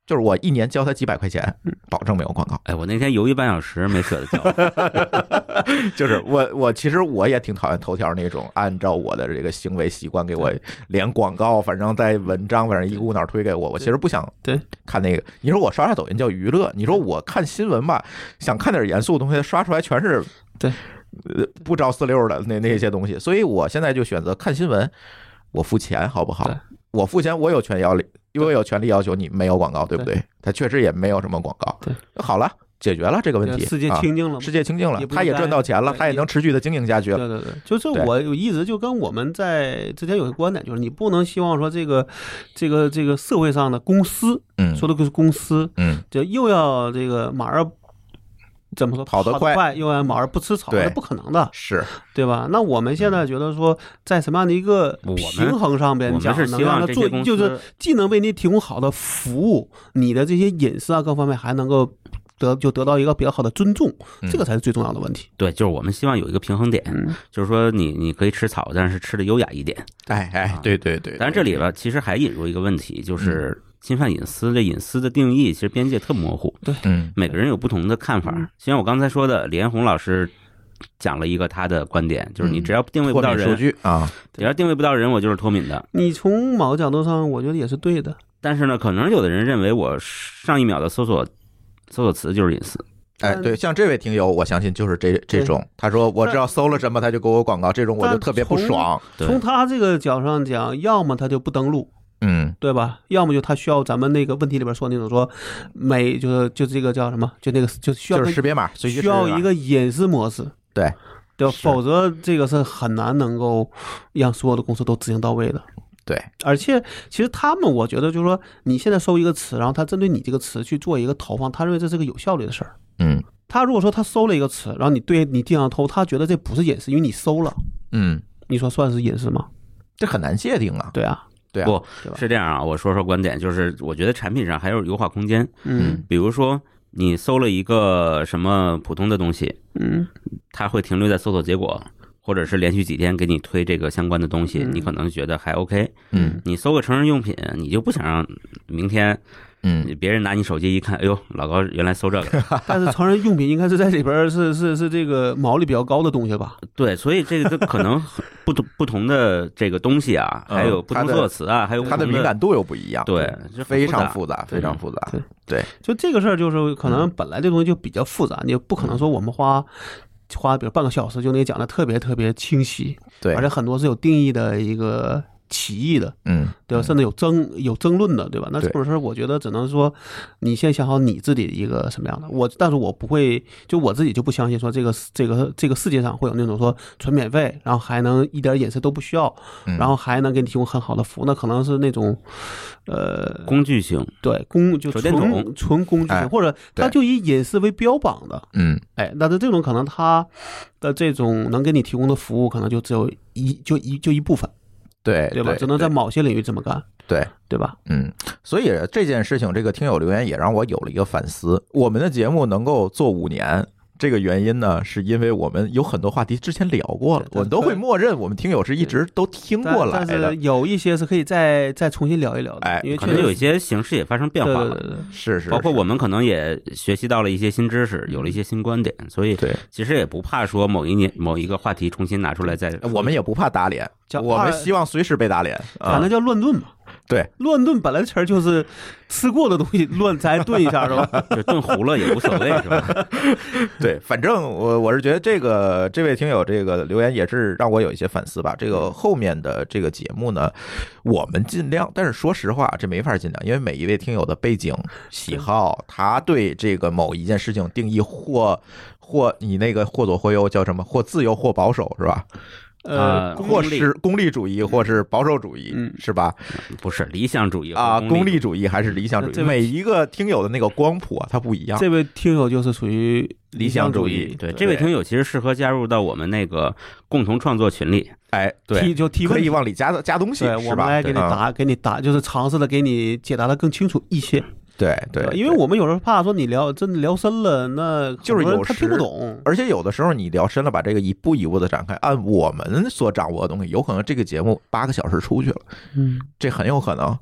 Speaker 1: 就是我一年交他几百块钱，
Speaker 2: 嗯
Speaker 1: 保证没有广告。
Speaker 3: 哎，我那天犹豫半小时没舍得交，
Speaker 2: [LAUGHS]
Speaker 1: 就是我我其实我也挺讨厌头条那种按照我的这个行为习惯给我连广告，反正在文章反正一股脑推给我，我其实不想
Speaker 2: 对
Speaker 1: 看那个。你说我刷刷抖音叫娱乐，你说我看新闻吧，想看点严肃的东西，刷出来全是
Speaker 2: 对
Speaker 1: 呃不着四六的那那些东西，所以我现在就选择看新闻，我付钱好不好
Speaker 2: 对？
Speaker 1: 我付钱，我有权要，因为我有权利要求你没有广告，对不对？他确实也没有什么广告，
Speaker 2: 对，
Speaker 1: 好了，解决了这个问
Speaker 2: 这
Speaker 1: 题，
Speaker 2: 个世界
Speaker 1: 啊
Speaker 2: 清静了嘛，
Speaker 1: 世界清净了
Speaker 2: 也，不
Speaker 1: 他也
Speaker 2: 应该
Speaker 1: 赚到钱了，
Speaker 2: 对
Speaker 1: 他也能持续的经营下去了。
Speaker 2: 对对对，就是
Speaker 1: 对
Speaker 2: 我一直就跟我们在之前有一个观点，就是你不能希望说这个这个这个社会上的公司，
Speaker 1: 嗯
Speaker 2: 说的就是公司，
Speaker 1: 嗯，
Speaker 2: 就又要这个马儿怎么说
Speaker 1: 跑得
Speaker 2: 得
Speaker 1: 快
Speaker 2: 快，又要马儿不吃草，
Speaker 1: 对
Speaker 2: 那不可能的，
Speaker 1: 是
Speaker 2: 对吧？那我们现在觉得说，在什么样的一个
Speaker 3: 嗯我们
Speaker 2: 平衡上
Speaker 3: [LAUGHS]
Speaker 2: 边
Speaker 3: 我们
Speaker 2: 讲，
Speaker 3: 是
Speaker 2: 能
Speaker 3: 希
Speaker 2: 让
Speaker 3: 望
Speaker 2: 他
Speaker 3: 这
Speaker 2: 做
Speaker 3: 些公
Speaker 2: 就
Speaker 3: 司
Speaker 2: 是既能为你提供好的服务，你的这些隐私啊各方面还能够得就得到一个比较好的尊重，
Speaker 1: 嗯
Speaker 2: 这个才是最重要的问题。
Speaker 3: 对，就是我们希望有一个平衡点，
Speaker 2: 嗯
Speaker 3: 就是说你你可以吃草，但是吃的优雅一点。
Speaker 1: 哎哎
Speaker 3: 啊，
Speaker 1: 对对对。
Speaker 3: 但是这里边其实还引入一个问题，
Speaker 2: 嗯
Speaker 3: 就是侵犯隐私。这隐私的定义其实边界特模糊，
Speaker 1: 嗯
Speaker 3: 每个人有不同的看法。就像我刚才说的，李彦宏老师讲了一个他的观点，就是你
Speaker 1: 嗯
Speaker 3: 只要定位不
Speaker 1: 豁
Speaker 3: 到
Speaker 1: 免数
Speaker 3: 人，
Speaker 1: 据啊，
Speaker 3: 只要定位不到人，我就是脱敏的。
Speaker 2: 你从某个角度上，我觉得也是对的。
Speaker 3: 但是呢，可能有的人认为我上一秒的搜索搜索词就是隐私，
Speaker 1: 哎
Speaker 2: 但
Speaker 1: 对，像这位听友，我相信就是这这
Speaker 2: 嗯对
Speaker 1: 种，他说我只要搜了什么，他就给我广告，这种我就
Speaker 2: 但
Speaker 1: 特别不
Speaker 2: 从
Speaker 1: 爽。
Speaker 3: 对
Speaker 2: 从他这个角上讲，要么他就不登录，
Speaker 1: 嗯
Speaker 2: 对吧？要么就他需要咱们那个问题里边说那种说，每就是就这个叫什么，就那个就需要
Speaker 1: 就
Speaker 2: 个
Speaker 1: 是识别码，随机
Speaker 2: 需要
Speaker 1: 识别码
Speaker 2: 一个隐私模式，
Speaker 1: 对
Speaker 2: 对吧，
Speaker 1: 是
Speaker 2: 否则这个是很难能够让所有的公司都执行到位的。
Speaker 1: 对，
Speaker 2: 而且其实他们，我觉得就是说，你现在搜一个词，然后他针对你这个词去做一个投放，他认为这是个有效率的事儿。
Speaker 1: 嗯
Speaker 2: 他如果说他搜了一个词，然后你对你定上投，他觉得这不是隐私，因为你搜了，
Speaker 1: 嗯，
Speaker 2: 你说算是隐私吗？
Speaker 1: 这很难界定啊。
Speaker 2: 对啊，
Speaker 1: 对啊，
Speaker 3: 不
Speaker 2: 对吧
Speaker 3: 是这样啊。我说说观点，就是我觉得产品上还有优化空间。
Speaker 2: 嗯
Speaker 3: 比如说，你搜了一个什么普通的东西，
Speaker 2: 嗯
Speaker 3: 它会停留在搜索结果，或者是连续几天给你推这个相关的东西，
Speaker 2: 嗯
Speaker 3: 你可能觉得还 OK。
Speaker 1: 嗯
Speaker 3: 你搜个成人用品，你就不想让明天
Speaker 1: 嗯，
Speaker 3: 别人拿你手机一看，哎呦，老高原来搜这
Speaker 1: [LAUGHS]
Speaker 3: 个。
Speaker 2: 但是成人用品应该是在里边儿是 [LAUGHS] 是是这个毛利比较高的东西吧？
Speaker 3: 对，所以这个就可能不同不同的这个东西啊，
Speaker 1: 嗯
Speaker 3: 还有不
Speaker 1: 它
Speaker 3: 同
Speaker 1: 的
Speaker 3: 措辞啊，还有不
Speaker 1: 他的
Speaker 3: 同
Speaker 1: 敏感度又不一样，
Speaker 3: 对，这很
Speaker 1: 非常
Speaker 3: 复
Speaker 1: 复杂，非常复杂。
Speaker 2: 对
Speaker 1: 对，
Speaker 2: 就这个事儿，就是可能本来这东西就比较复杂，你也不可能说我们花花比如半个小时就能讲的特别特别清晰，
Speaker 1: 对
Speaker 2: 而且，很多是有定义的一个歧义的。
Speaker 1: 嗯，
Speaker 2: 对吧？甚至有争有争论的，对吧？那这
Speaker 1: 对
Speaker 2: 种事儿，我觉得只能说，你先想好你自己一个什么样的。我，但是我不会，就我自己就不相信说这个这个这个世界上会有那种说纯免费，然后还能一点隐私都不需要，
Speaker 1: 嗯
Speaker 2: 然后还能给你提供很好的服务，那可能是那种，呃，
Speaker 3: 工具性。
Speaker 2: 对工就
Speaker 3: 手电
Speaker 2: 纯纯工具
Speaker 1: 哎，
Speaker 2: 或者它
Speaker 1: 对
Speaker 2: 就以隐私为标榜的，
Speaker 1: 嗯
Speaker 2: 哎，那这这种可能它的这种能给你提供的服务，可能就只有一就一就一部分，
Speaker 1: 对
Speaker 2: 对吧？只能在某些领域这么干，
Speaker 1: 对。
Speaker 2: 对吧？
Speaker 1: 嗯，所以这件事情，这个听友留言也让我有了一个反思。我们的节目能够做五年，这个原因呢，是因为我们有很多话题之前聊过了，
Speaker 2: 对对
Speaker 1: 我们都会默认我们听友是一直都听
Speaker 2: 但
Speaker 1: 过来
Speaker 2: 但
Speaker 1: 的
Speaker 2: 是。有一些是可以再再重新聊一聊的，
Speaker 1: 哎
Speaker 2: 因为
Speaker 3: 可
Speaker 2: 确
Speaker 3: 能
Speaker 2: 实
Speaker 3: 有一些形式也发生变
Speaker 2: 对
Speaker 3: 化
Speaker 2: 对
Speaker 3: 了，
Speaker 2: 对对，
Speaker 1: 是是，
Speaker 3: 包括我们可能也学习到了一些新知识，有了一些新观点，所以
Speaker 1: 对，
Speaker 3: 其实也不怕说某一年某一个话题重新拿出来再
Speaker 1: 我们也不怕打脸，
Speaker 2: 叫
Speaker 1: 我
Speaker 2: 二
Speaker 1: 们希望随时被打脸。
Speaker 2: 反
Speaker 1: 啊
Speaker 2: 正，叫乱炖嘛。
Speaker 1: 对，
Speaker 2: 乱炖本来词儿就是吃过的东西乱再炖一下是吧？
Speaker 3: 就炖糊了也无所谓，是吧？ [LAUGHS]
Speaker 1: 对，反正我我是觉得这个这位听友这个留言也是让我有一些反思吧。这个后面的这个节目呢，我们尽量，但是说实话，啊这没法尽量，因为每一位听友的背景、 [LAUGHS] 喜好，他对这个某一件事情定义或或你那个或左或右叫什么，或自由或保守是吧？
Speaker 2: 呃
Speaker 3: 啊
Speaker 2: 公
Speaker 1: 或
Speaker 3: 功利
Speaker 1: 是功利主义，或是保守主义，
Speaker 2: 嗯
Speaker 1: 是吧？
Speaker 3: 不是理想主义和
Speaker 1: 啊，功
Speaker 3: 利
Speaker 1: 利主义还是理想
Speaker 2: 那
Speaker 1: 主
Speaker 2: 呃这
Speaker 1: 义，
Speaker 2: 位
Speaker 1: 每一个听友的那个光谱啊，它不一样。
Speaker 2: 这位听友就是属于
Speaker 1: 理想
Speaker 2: 想
Speaker 1: 主义
Speaker 2: 义，对
Speaker 3: 对，这位听友其实适合加入到我们那个共同创作群里。
Speaker 1: 哎，对，
Speaker 2: 提就提
Speaker 1: 可
Speaker 2: 问
Speaker 1: 以
Speaker 2: 题，
Speaker 1: 往里加加东西，
Speaker 2: 对，
Speaker 1: 是
Speaker 2: 我们
Speaker 1: 吧？
Speaker 2: 来给你
Speaker 1: 嗯
Speaker 2: 答，给你答，就是尝试的给你解答的更清楚一些。
Speaker 1: 对对，
Speaker 2: 呃因为
Speaker 1: 对
Speaker 2: 我们有时候怕说你聊真的聊深了，那
Speaker 1: 就是
Speaker 2: 很多人
Speaker 1: 有
Speaker 2: 他听不
Speaker 1: 时
Speaker 2: 懂。
Speaker 1: 而且有的时候你聊深了，把这个一步一步的展开，按我们所掌握的东西，有可能这个节目八个小时出去了，
Speaker 2: 嗯，
Speaker 1: 这很有可能。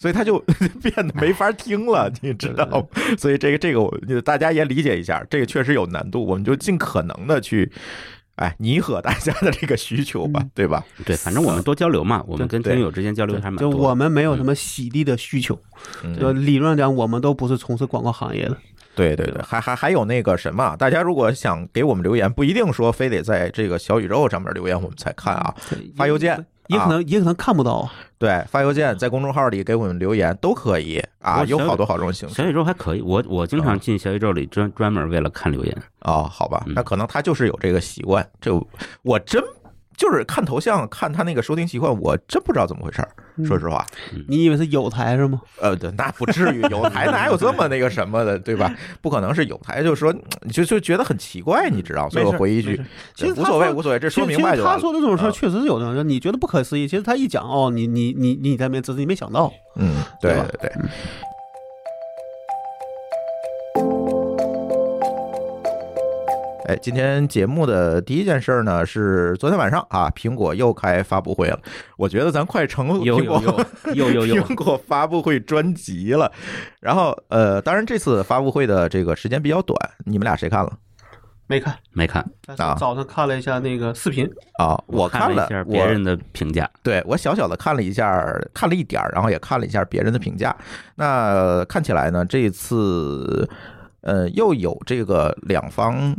Speaker 1: 所以他就 [LAUGHS] 变得没法听
Speaker 3: [LAUGHS]
Speaker 1: 了，你知道吗？所以这个这个，我大家也理解一下，这个确实有难度，我们就尽可能的去，哎，弥合大家的这个需求吧，
Speaker 3: 嗯
Speaker 1: 对吧？
Speaker 3: 对，反正我们多交流嘛，我们跟
Speaker 1: 嗯对
Speaker 3: 听友之间交流还蛮
Speaker 2: 就
Speaker 3: 多的。
Speaker 2: 我们没有什么洗地的需求，
Speaker 1: 嗯
Speaker 2: 就理论上讲，我们都不是从事广告行业的。
Speaker 1: 对对对，还还还有那个什么啊，大家如果想给我们留言，不一定说非得在这个小宇宙上面留言我们才看啊，
Speaker 2: 对
Speaker 1: 发邮件
Speaker 2: 也可能也可能看不到啊。
Speaker 1: 对，发邮件在公众号里给我们留言都可以啊，
Speaker 3: 嗯我
Speaker 1: 有
Speaker 3: 小
Speaker 1: 好多好种形式
Speaker 3: 小宇宙还可以，我我经常进小宇宙里专专门为了看
Speaker 1: [LAUGHS]
Speaker 3: 留言。
Speaker 1: 哦，好吧，
Speaker 3: 嗯
Speaker 1: 那可能他就是有这个习惯，这我真就是看头像，看他那个收听习惯，我真不知道怎么回事儿。
Speaker 2: 嗯
Speaker 1: 说实话，
Speaker 2: 你以为是有台是吗？
Speaker 1: 呃，对，那不至于，有台哪有这么那个什么的，对吧？不可能是有台，就说就就觉得很奇怪，你知道？
Speaker 2: 嗯
Speaker 1: 所以我回一句，
Speaker 2: 其实
Speaker 1: 无
Speaker 2: 他
Speaker 1: 所谓，
Speaker 2: 说
Speaker 1: 无所谓，这
Speaker 2: 其
Speaker 1: 说
Speaker 2: 实
Speaker 1: 明
Speaker 2: 其
Speaker 1: 白
Speaker 2: 实
Speaker 1: 就
Speaker 2: 他
Speaker 1: 完了。
Speaker 2: 说的这种事
Speaker 1: 嗯
Speaker 2: 儿确实有这种事儿，你觉得不可思议。其实他一讲哦，你你你你在那边，只是你没想到。
Speaker 1: 嗯，对
Speaker 2: 对吧
Speaker 1: 对对。哎，今天节目的第一件事儿呢，是昨天晚上啊，苹果又开发布会了。我觉得咱快成
Speaker 3: 有
Speaker 1: 苹
Speaker 3: 有
Speaker 1: 果
Speaker 3: 有有有有
Speaker 1: [LAUGHS] 苹，果发布会专辑了。然后呃，当然这次发布会的这个时间比较短，你们俩谁看了
Speaker 2: 没看，
Speaker 3: 没看，
Speaker 2: 但是
Speaker 1: 啊
Speaker 2: 早上看了一下那个视频，
Speaker 1: 啊？我
Speaker 3: 看
Speaker 1: 了
Speaker 3: 一下，别
Speaker 1: 我
Speaker 3: 人的评价，
Speaker 1: 对我小小的看了一下，看了一点儿，然后也看了一下别人的评价。那看起来呢，这次呃又有这个两方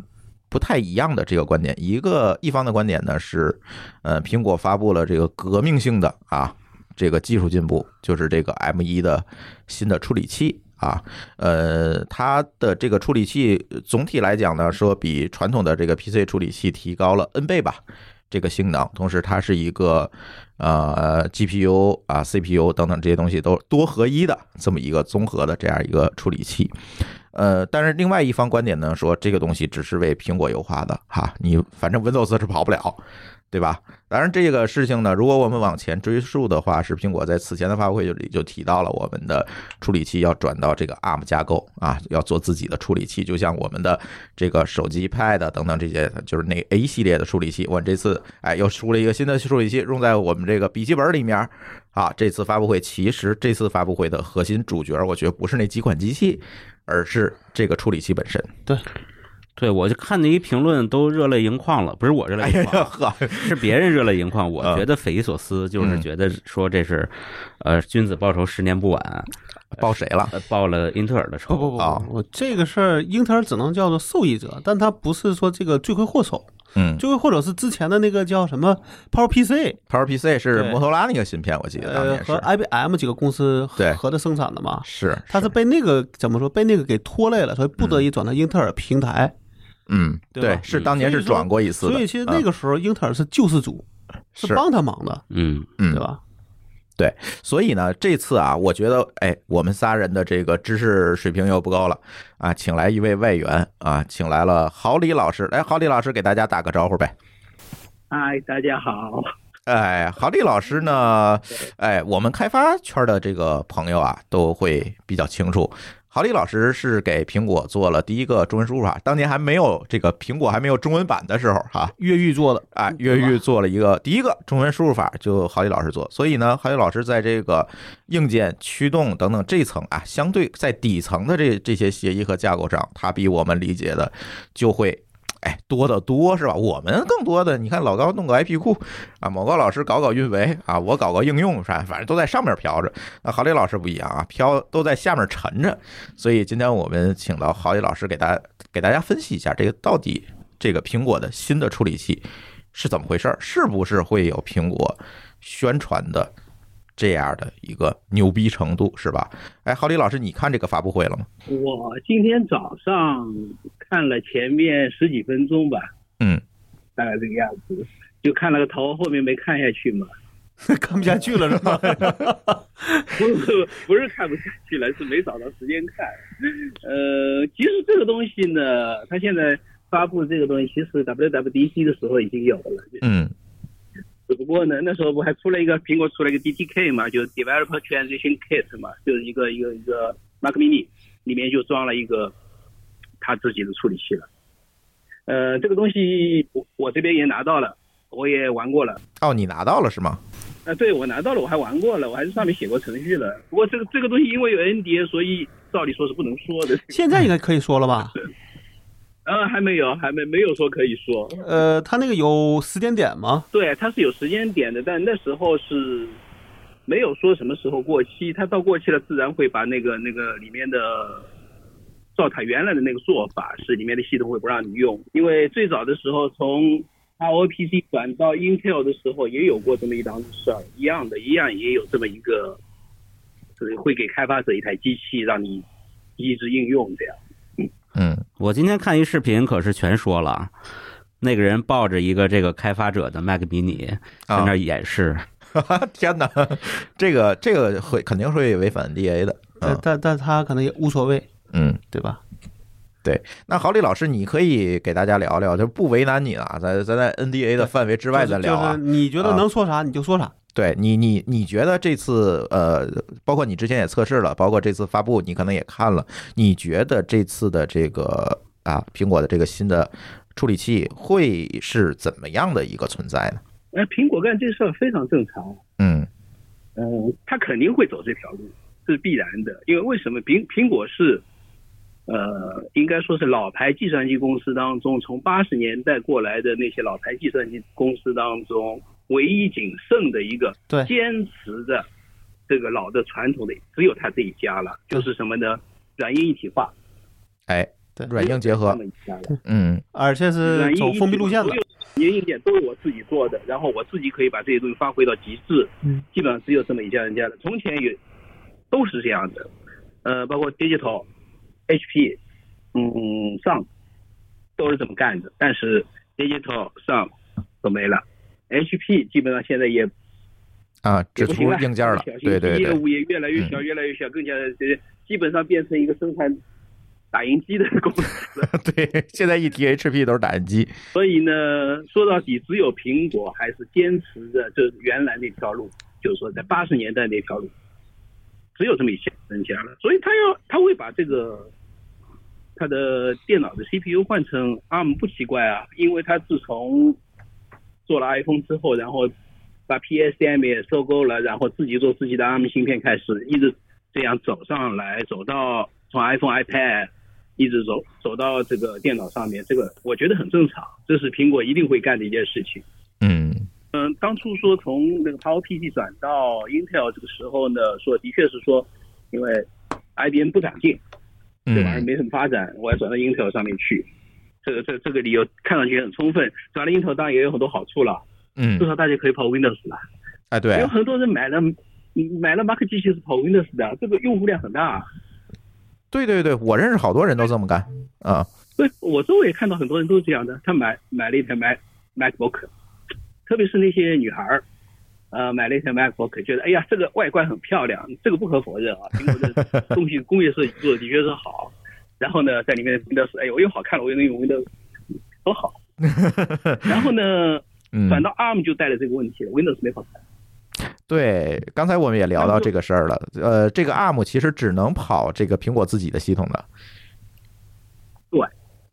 Speaker 1: 不太一样的这个观点。一个一方的观点呢是，呃，苹果发布了这个革命性的啊这个技术进步，就是这个 M 1的新的处理器。啊，呃，它的这个处理器呃总体来讲呢，说比传统的这个 PC 处理器提高了 N 倍吧，这个性能。同时，它是一个呃 GPU 啊、CPU 等等这些东西都多合一的这么一个综合的这样一个处理器。呃，但是另外一方观点呢，说这个东西只是为苹果优化的哈，你反正 Windows 是跑不了，对吧？当然，这个事情呢，如果我们往前追溯的话，是苹果在此前的发布会就里就提到了我们的处理器要转到这个 ARM 架构啊，要做自己的处理器，就像我们的这个手机、Pad 等等这些，就是那 A 系列的处理器。我这次哎又出了一个新的处理器，用在我们这个笔记本里面啊。这次发布会其实这次发布会的核心主角，我觉得不是那几款机器，而是这个处理器本身。
Speaker 3: 对我就看那一评论都热泪盈眶了，不是我热
Speaker 1: 哎
Speaker 3: 泪
Speaker 1: [LAUGHS]
Speaker 3: 盈
Speaker 1: 呀
Speaker 3: 眶，
Speaker 1: 呵，
Speaker 3: 是别人热泪盈眶，我
Speaker 1: 嗯
Speaker 3: 觉得匪夷所思，就是
Speaker 1: 嗯
Speaker 3: 觉得说这是，呃，君子报仇十年不晚，
Speaker 1: 报谁了？
Speaker 3: 呃报了英特尔的仇，
Speaker 2: 不不不
Speaker 1: 啊
Speaker 2: 不，我这个事儿英特尔只能叫做受益者，但他不是说这个罪魁祸首，
Speaker 1: 嗯
Speaker 2: 罪魁祸首是之前的那个叫什么 PowerPC，
Speaker 1: ，PowerPC 是
Speaker 2: 对
Speaker 1: 摩托罗拉那个芯片，我记得当
Speaker 2: 呃，
Speaker 1: 年
Speaker 2: 和
Speaker 1: 是
Speaker 2: IBM 几个公司合
Speaker 1: 对
Speaker 2: 合着生产的嘛。
Speaker 1: 是，
Speaker 2: 他是被那个怎么说被那个给拖累了，所以不得已转到英特尔平台。
Speaker 1: 嗯，
Speaker 2: 对吧
Speaker 1: 对，是当年是
Speaker 2: 所以说
Speaker 1: 转过一次的，
Speaker 2: 所以其实那
Speaker 1: 嗯
Speaker 2: 个时候英特尔是救世主，
Speaker 1: 是
Speaker 2: 是帮他忙的，
Speaker 3: 嗯，
Speaker 1: 嗯
Speaker 2: 对吧？
Speaker 1: 所以呢，这次啊，我觉得，哎，我们仨人的这个知识水平又不高了啊，请来一位外援啊，请来了郝李老师。来，郝李老师给大家打个招呼呗。
Speaker 4: 嗨，大家好。
Speaker 1: 哎，郝丽老师呢？哎，我们开发圈的这个朋友啊，都会比较清楚。郝丽老师是给苹果做了第一个中文输入法，当年还没有这个苹果还没有中文版的时候哈、
Speaker 2: 越狱做的，
Speaker 1: 啊，越狱做了一个第一个中文输入法，就郝宇老师做。所以呢，郝宇老师在这个硬件驱动等等这层啊，相对在底层的这这些协议和架构上，他比我们理解的就会。哎，多得多是吧？我们更多的，你看老高弄个 IP 库啊，某高老师搞搞运维啊，我搞个应用，反反正都在上面飘着。那郝磊老师不一样啊，飘都在下面沉着。所以今天我们请到郝磊老师给大家给大家分析一下，这个到底这个苹果的新的处理器是怎么回事儿？是不是会有苹果宣传的这样的一个牛逼程度，是吧？哎，郝李老师，你看这个发布会了吗？
Speaker 4: 我今天早上看了前面十几分钟吧，
Speaker 1: 嗯，
Speaker 4: 大概这个样子。就看了个头，后面没看下去嘛。
Speaker 2: [LAUGHS]
Speaker 4: [LAUGHS]
Speaker 2: 看不下去了是吧？ [LAUGHS]
Speaker 4: 不是不是看不下去了，是没找到时间看。呃，其实这个东西呢，它现在发布这个东西，其实 WWDC 的时候已经有了，
Speaker 1: 嗯
Speaker 4: 只不过呢，那时候不还出了一个苹果出了一个 DTK 嘛，就是 Developer Transition Kit 嘛，就是一个一个一个 Mac Mini 里面就装了一个他自己的处理器了。呃，这个东西我我这边也拿到了，我也玩过了。
Speaker 1: 哦，你拿到了是吗？
Speaker 4: 啊，对，我拿到了，我还玩过了，我还是上面写过程序了。不过这个这个东西因为有 NDA，所以照理说是不能说的。
Speaker 2: 现在应该可以说了吧？
Speaker 4: 呃，还没有，还没没有说可以说。
Speaker 2: 呃，他那个有时间点吗？
Speaker 4: 对，它是有时间点的，但那时候是没有说什么时候过期，它到过期了，自然会把那个那个里面的照它原来的那个嗯做法是里面的系统会不让你用，因为最早的时候从 ROPC 转到 Intel 的时候也有过这么一档子事儿，一样的，一样也有这么一个，就是会给开发者一台机器让你一直应用这样。
Speaker 1: 嗯， [LAUGHS]
Speaker 3: 我今天看一视频，可是全说了，那个人抱着一个这个开发者的 Mac mini 在
Speaker 1: 啊
Speaker 3: 那儿演示，
Speaker 1: 天哪，这个这个会肯定会违反 DA 的。
Speaker 2: 但
Speaker 1: 嗯
Speaker 2: 但但他可能也无所谓，
Speaker 1: 嗯，
Speaker 2: 对吧？
Speaker 1: 那郝李老师，你可以给大家聊聊，就不为难你了，咱咱在 NDA 的范围之外
Speaker 2: 就是
Speaker 1: 再聊啊。
Speaker 2: 就是你觉得能说啥你就说啥。
Speaker 1: 对你，你你觉得这次呃，包括你之前也测试了，包括这次发布你可能也看了，你觉得这次的这个啊，苹果的这个新的处理器会是怎么样的一个存在呢？
Speaker 4: 哎，苹果干这事儿非常正常，
Speaker 1: 嗯
Speaker 4: 嗯，他肯定会走这条路，是必然的。因为为什么苹苹果是，呃，应该说是老牌计算机公司当中，从八十年代过来的那些老牌计算机公司当中唯一仅剩的一个，
Speaker 2: 对
Speaker 4: 坚持着这个老的传统的，只有他这一家了，就是什么呢？软硬一体化，
Speaker 1: 哎软硬结
Speaker 4: 这
Speaker 1: 合
Speaker 4: 么，一家了。
Speaker 1: 嗯
Speaker 2: 而且是
Speaker 4: 软
Speaker 2: 呃走
Speaker 4: 硬
Speaker 2: 封闭路线的
Speaker 4: 所，有软硬件都是我自己做的，然后我自己可以把这些东西发挥到极致。
Speaker 2: 嗯，
Speaker 4: 基本上只有这么一家人家的，从前也都是这样的。呃，包括 Digital、HP，嗯，上都是这么干的，但是 Digital 上都没了，HP 基本上现在也
Speaker 1: 啊，
Speaker 4: 也
Speaker 1: 指
Speaker 4: 不行
Speaker 1: 出
Speaker 4: 了
Speaker 1: 硬件了
Speaker 4: 小，型
Speaker 1: 对对嗯
Speaker 4: 业
Speaker 1: 对，
Speaker 4: 务也越来越小，越来越小，更加就是基本上变成一个生产打印机的公司了。
Speaker 1: [LAUGHS] 对，现在一提 HP 都是打印机，
Speaker 4: 所以呢，说到底，只有苹果还是坚持着就是原来那条路，就是说在八十年代那条路，只有这么一些人家了。所以他要他会把这个他的电脑的 CPU 换成 ARM 不奇怪啊，因为他自从做了 iPhone 之后，然后把 PSM 也收购了，然后自己做自己的 ARM 芯片开始，一直这样走上来，走到从 iPhone、iPad 一直走走到这个电脑上面，这个我觉得很正常，这是苹果一定会干的一件事情。
Speaker 1: 嗯
Speaker 4: 嗯，当初说从那个 PowerPC 转到 Intel 这个时候呢，说的确是说，因为 IBM 不长进，这玩意儿
Speaker 1: 嗯
Speaker 4: 没什么发展，我要转到 Intel 上面去。这个这这个理由看上去也很充分，转了 Intel 当然也有很多好处了，至
Speaker 1: 嗯，
Speaker 4: 少大家可以跑 Windows 了。
Speaker 1: 哎对
Speaker 4: 有
Speaker 1: 啊，
Speaker 4: 很多人买了买了 Mac 机器是跑 Windows 的，这个用户量很大。
Speaker 1: 对对对，我认识好多人都这么干啊，
Speaker 4: 对，我周围也看到很多人都是这样的，他买买了一台 Mac MacBook，特别是那些女孩儿，呃，买了一台 MacBook，觉得哎呀，这个外观很漂亮，这个不可否认啊，苹果的东西工业设计做的的确是好。然后呢，在里面 Windows，哎呦，我又好看了，我又能用 Windows，多好。然后呢，
Speaker 1: 嗯，
Speaker 4: 转到 ARM 就带来这个问题了，Windows 没跑开。
Speaker 1: 对，刚才我们也聊到这个事儿了。呃，这个 ARM 其实只能跑这个苹果自己的系统的。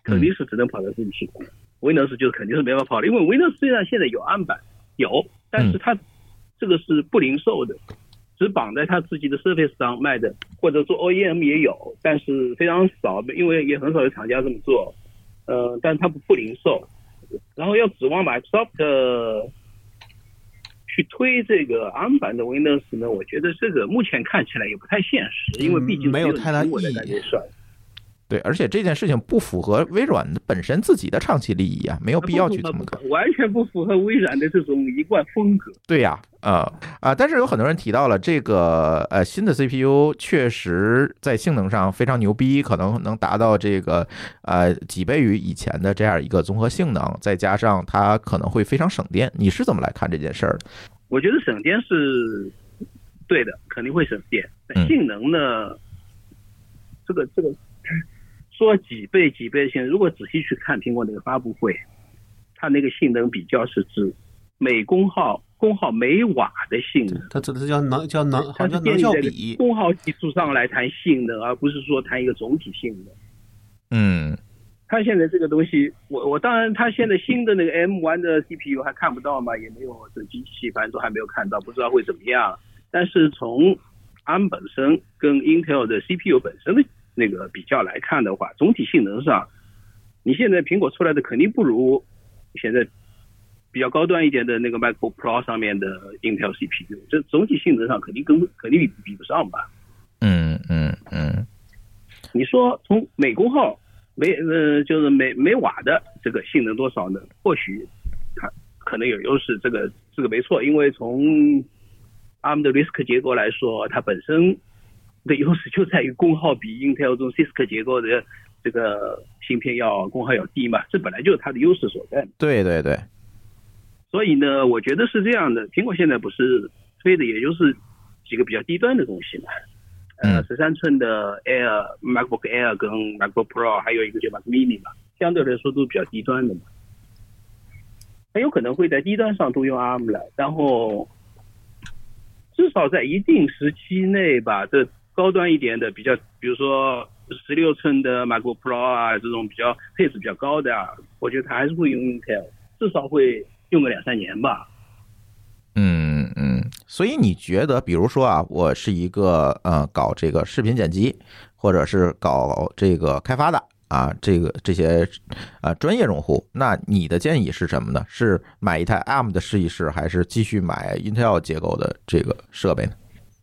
Speaker 4: 肯
Speaker 2: 嗯
Speaker 4: 定是只能跑到自己系统。Windows 就是肯定是没法跑的，因为 Windows 虽然现在有案板有，但
Speaker 2: 嗯
Speaker 4: 是它这个是不零售的，只绑在它自己的 Surface 上卖的，或者做 OEM 也有，但是非常少，因为也很少有厂家这么做。呃，但它不不零售，然后要指望 Microsoft 去推这个 ARM 版的 Windows 呢，我觉得这个目前看起来也不太现实，因为毕竟
Speaker 2: 嗯没有
Speaker 4: 有
Speaker 2: 太大
Speaker 4: 苹果在
Speaker 2: 意义
Speaker 4: 干这事儿。
Speaker 1: 对，而且这件事情不符合微软本身自己的长期利益啊，没有必要去这么
Speaker 4: 不
Speaker 1: 干
Speaker 4: 符。合完全不符合微软的这种一贯风格。
Speaker 1: 对呀、啊，啊、但是有很多人提到了这个呃新的 CPU 确实在性能上非常牛逼，可能能达到这个呃几倍于以前的这样一个综合性能，再加上它可能会非常省电。你是怎么来看这件事儿的？
Speaker 4: 我觉得省电是对的，肯定会省电。
Speaker 1: 嗯
Speaker 4: 但性能呢，这个这个说几倍几倍的性能，如果仔细去看苹果那个发布会，它那个性能比较是指每功耗功耗每瓦的性能。
Speaker 2: 它指的是叫能叫能，好
Speaker 4: 它
Speaker 2: 像叫
Speaker 4: 是建
Speaker 2: 能
Speaker 4: 立
Speaker 2: 效
Speaker 4: 在
Speaker 2: 比。
Speaker 4: 功耗基础上来谈性能，而不是说谈一个总体性能。
Speaker 1: 嗯
Speaker 4: 它现在这个东西，我我当然，它现在新的那个 M 1的 CPU 还看不到嘛，也没有这机器，反正都还没有看到，不知道会怎么样。但是从 ARM 本身跟 Intel 的 CPU 本身的那个比较来看的话，总体性能上，你现在苹果出来的肯定不如现在比较高端一点的那个 MacBook Pro 上面的 Intel CPU，这总体性能上肯定跟肯定比比不上吧。
Speaker 1: 嗯嗯嗯
Speaker 4: 你说从每功耗每呃就是每每瓦的这个性能多少呢？或许它可能有优势，这个这个没错，因为从 ARM 的 RISC 结构来说，它本身的优势就在于功耗比 Intel 这种 CISC 结构的这个芯片要功耗要低嘛，这本来就是它的优势所在。
Speaker 1: 对对对，
Speaker 4: 所以呢，我觉得是这样的，苹果现在不是推的也就是几个比较低端的东西嘛，呃
Speaker 1: 嗯，
Speaker 4: 十三寸的 Air、MacBook Air 跟 MacBook Pro，还有一个就是 Mac Mini 嘛，相对来说都比较低端的嘛，很有可能会在低端上都用 ARM 了，然后至少在一定时期内吧，这高端一点的比较，比如说十六寸的 MacBook Pro 啊，这种比较配置比较高的、啊，我觉得它还是会用 Intel，至少会用个两三年吧。
Speaker 1: 嗯，嗯，所以你觉得，比如说啊，我是一个呃搞这个视频剪辑，或者是搞这个开发的啊，这个这些啊、呃专业用户，那你的建议是什么呢？是买一台 ARM 的试一试，还是继续买 Intel 结构的这个设备呢？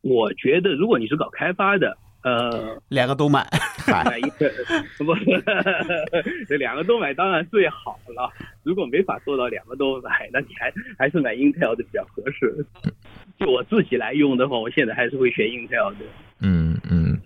Speaker 4: 我觉得如果你是搞开发的，呃，
Speaker 2: 两个都买，
Speaker 1: 嗨，
Speaker 4: [LAUGHS] 买一个不，这两个都买当然最好了。如果没法做到两个都买，那你还还是买 Intel 的比较合适。就我自己来用的话，我现在还是会选 Intel 的。
Speaker 1: 嗯嗯，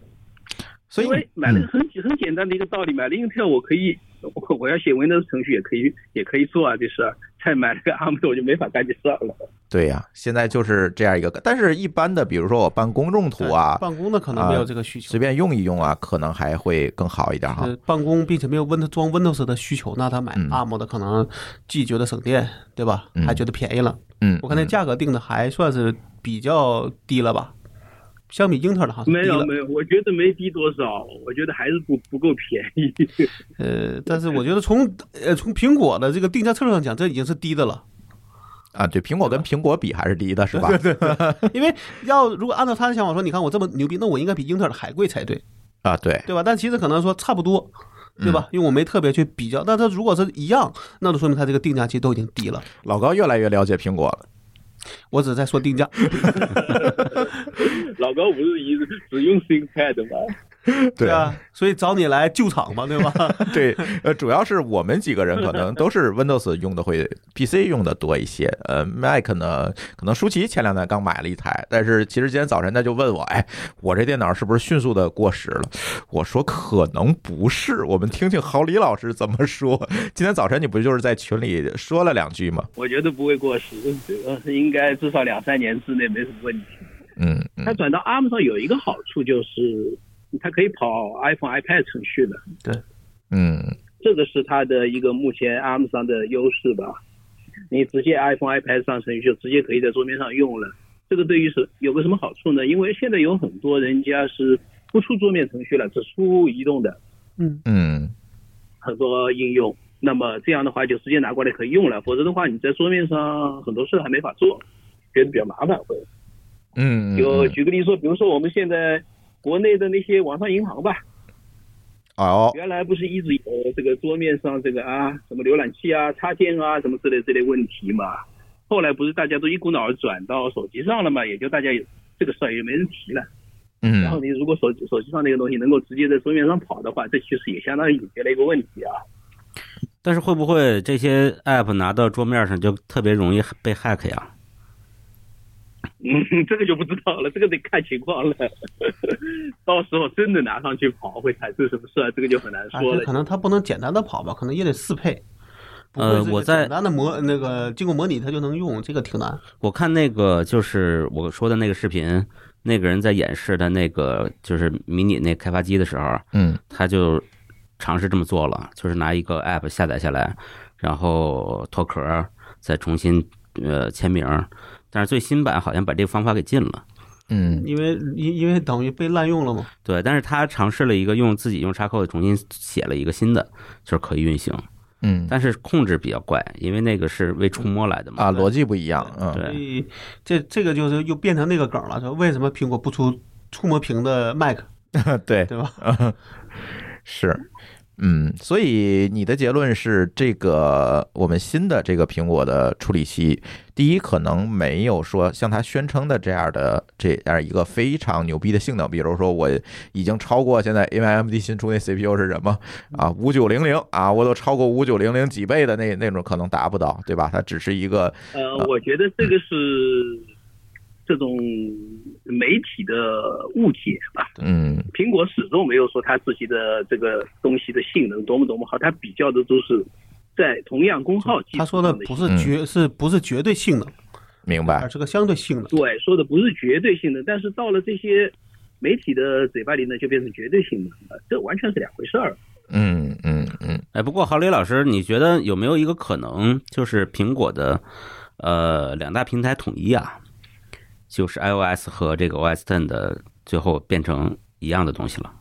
Speaker 1: 所以
Speaker 4: 因为买了
Speaker 1: 嗯
Speaker 4: 很很简单的一个道理，买了 Intel 我可以，我我要写 Windows 程序也可以也可以做啊，这事儿。再买了个 ARM 的我就没法干这事儿了。
Speaker 1: 对呀、现在就是这样一个，但是一般的，比如说我办公用途啊，
Speaker 2: 办公的可能没有这个需求
Speaker 1: 随。便用一用啊，可能还会更好一点哈
Speaker 2: 呃。，办公并且没有 Win 装 Windows 的需求，那他买
Speaker 1: 啊嗯
Speaker 2: ARM 的可能既觉得省电，对吧
Speaker 1: 嗯？
Speaker 2: 还觉得便宜了。
Speaker 1: 嗯，
Speaker 2: 我看那价格定的还算是比较低了吧，相比英特尔的好像
Speaker 4: 没
Speaker 2: 低
Speaker 4: 有
Speaker 2: 了。
Speaker 4: 没有，我觉得没低多少，我觉得还是不不够便宜。
Speaker 2: 呃，但是我觉得从呃从苹果的这个定价策略上讲，这已经是低的
Speaker 4: [LAUGHS]
Speaker 2: 了。
Speaker 1: 啊，对，苹果跟苹果比还是低的，是吧？
Speaker 2: 因为要如果按照他的想法说，你看我这么牛逼，那我应该比英特尔的还贵才对，
Speaker 1: 啊，对，
Speaker 2: 对吧？但其实可能说差不多，
Speaker 1: 嗯
Speaker 2: 对吧？因为我没特别去比较，但它如果是一样，那就说明它这个定价其实都已经低了。
Speaker 1: 老高越来越了解苹果了。
Speaker 2: 我只是在说定价，
Speaker 4: 老高不是一直只用 ThinkPad 吗？
Speaker 1: [LAUGHS] 对
Speaker 2: 啊，所以找你来救场嘛，对
Speaker 3: [LAUGHS]
Speaker 2: 吧？
Speaker 1: [LAUGHS] 对，呃，主要是我们几个人可能都是 Windows 用的会，PC 用的多一些。呃，Mac 呢，可能舒淇前两天刚买了一台，但是其实今天早晨他就问我，哎，我这电脑是不是迅速的过时了？我说可能不是，我们听听郝李老师怎么说。今天早晨你不就是在群里说了两句吗？
Speaker 4: 我觉得不会过时， [LAUGHS] 呃应该至少两三年之内没什么问题。
Speaker 1: 嗯
Speaker 4: 它
Speaker 1: 嗯
Speaker 4: 转到 ARM 上有一个好处就是，它可以跑 iPhone、iPad 程序的，
Speaker 1: 嗯
Speaker 4: 这个是它的一个目前 ARM 上的优势吧。你直接 iPhone、iPad 上程序就直接可以在桌面上用了。这个对于是有个什么好处呢？因为现在有很多人家是不出桌面程序了，只出移动的。
Speaker 1: 嗯
Speaker 4: 很多应用。那么这样的话就直接拿过来可以用了，否则的话你在桌面上很多事还没法做，觉得比较麻烦会。
Speaker 1: 嗯，
Speaker 4: 就
Speaker 1: 嗯
Speaker 4: 举个例子说，比如说我们现在国内的那些网上银行吧，
Speaker 1: 哦，
Speaker 4: 原来不是一直有这个桌面上这个啊什么浏览器啊、插件啊什么之类之类问题嘛，后来不是大家都一股脑儿转到手机上了嘛，也就大家有这个事儿也没人提了。
Speaker 1: 嗯
Speaker 4: 然后你如果手手机上那个东西能够直接在桌面上跑的话，这其实也相当于解决了一个问题啊。
Speaker 3: 但是会不会这些 app 拿到桌面上就特别容易被 hack 呀？
Speaker 4: 嗯，这个就不知道了，这个得看情况了。 [LAUGHS] 到时候真的拿上去跑会产生什么事啊？这个就很难
Speaker 2: 哎
Speaker 4: 说
Speaker 2: 这
Speaker 4: 了。
Speaker 2: 可能它不能简单的跑吧，可能也得适配。不会
Speaker 3: 呃
Speaker 2: 是个
Speaker 3: 我在
Speaker 2: 简单的模那个经过模拟，它就能用，这个挺难。
Speaker 3: 我看那个就是我说的那个视频，那个人在演示他那个就是迷你那开发机的时候，
Speaker 1: 嗯
Speaker 3: 他就尝试这么做了，就是拿一个 app 下载下来，然后脱壳儿，再重新呃签名儿。但是最新版好像把这个方法给禁了。
Speaker 1: 嗯
Speaker 2: 因为因因为等于被滥用了嘛。
Speaker 3: 对，但是他尝试了一个用自己用插扣重新写了一个新的，就是可以运行，
Speaker 1: 嗯
Speaker 3: 但是控制比较怪，因为那个是为触摸来的嘛。
Speaker 1: 啊，逻辑不一样，嗯
Speaker 3: 对
Speaker 2: 所以这这个就是又变成那个梗了，说为什么苹果不出触摸屏的 Mac，
Speaker 1: 对
Speaker 2: 对吧？
Speaker 1: 嗯 [LAUGHS] 是。嗯，所以你的结论是，这个我们新的这个苹果的处理器，第一可能没有说像它宣称的这样的这样一个非常牛逼的性能，比如说我已经超过现在 AMD 新出那 CPU 是什么啊，五九零零啊，我都超过五九零零几倍的那那种可能达不到，对吧？它只是一个
Speaker 4: 呃，我觉得这个是这种媒体的误解吧。
Speaker 1: 嗯
Speaker 4: 苹果始终没有说它自己的这个东西的性能多么多么好，它比较的都是在同样功耗基础
Speaker 2: 他说的
Speaker 4: 上的
Speaker 2: 不
Speaker 3: 嗯
Speaker 2: 是绝，是不是绝对性能，
Speaker 1: 明白
Speaker 2: 而，是个相对性能。
Speaker 4: 对，说的不是绝对性能，但是到了这些媒体的嘴巴里呢，就变成绝对性能了，这完全是两回事儿。
Speaker 1: 嗯嗯嗯
Speaker 3: 哎，不过郝磊老师，你觉得有没有一个可能，就是苹果的呃两大平台统一啊，就是 iOS 和这个 OS Ten 的最后变成一样的东西了？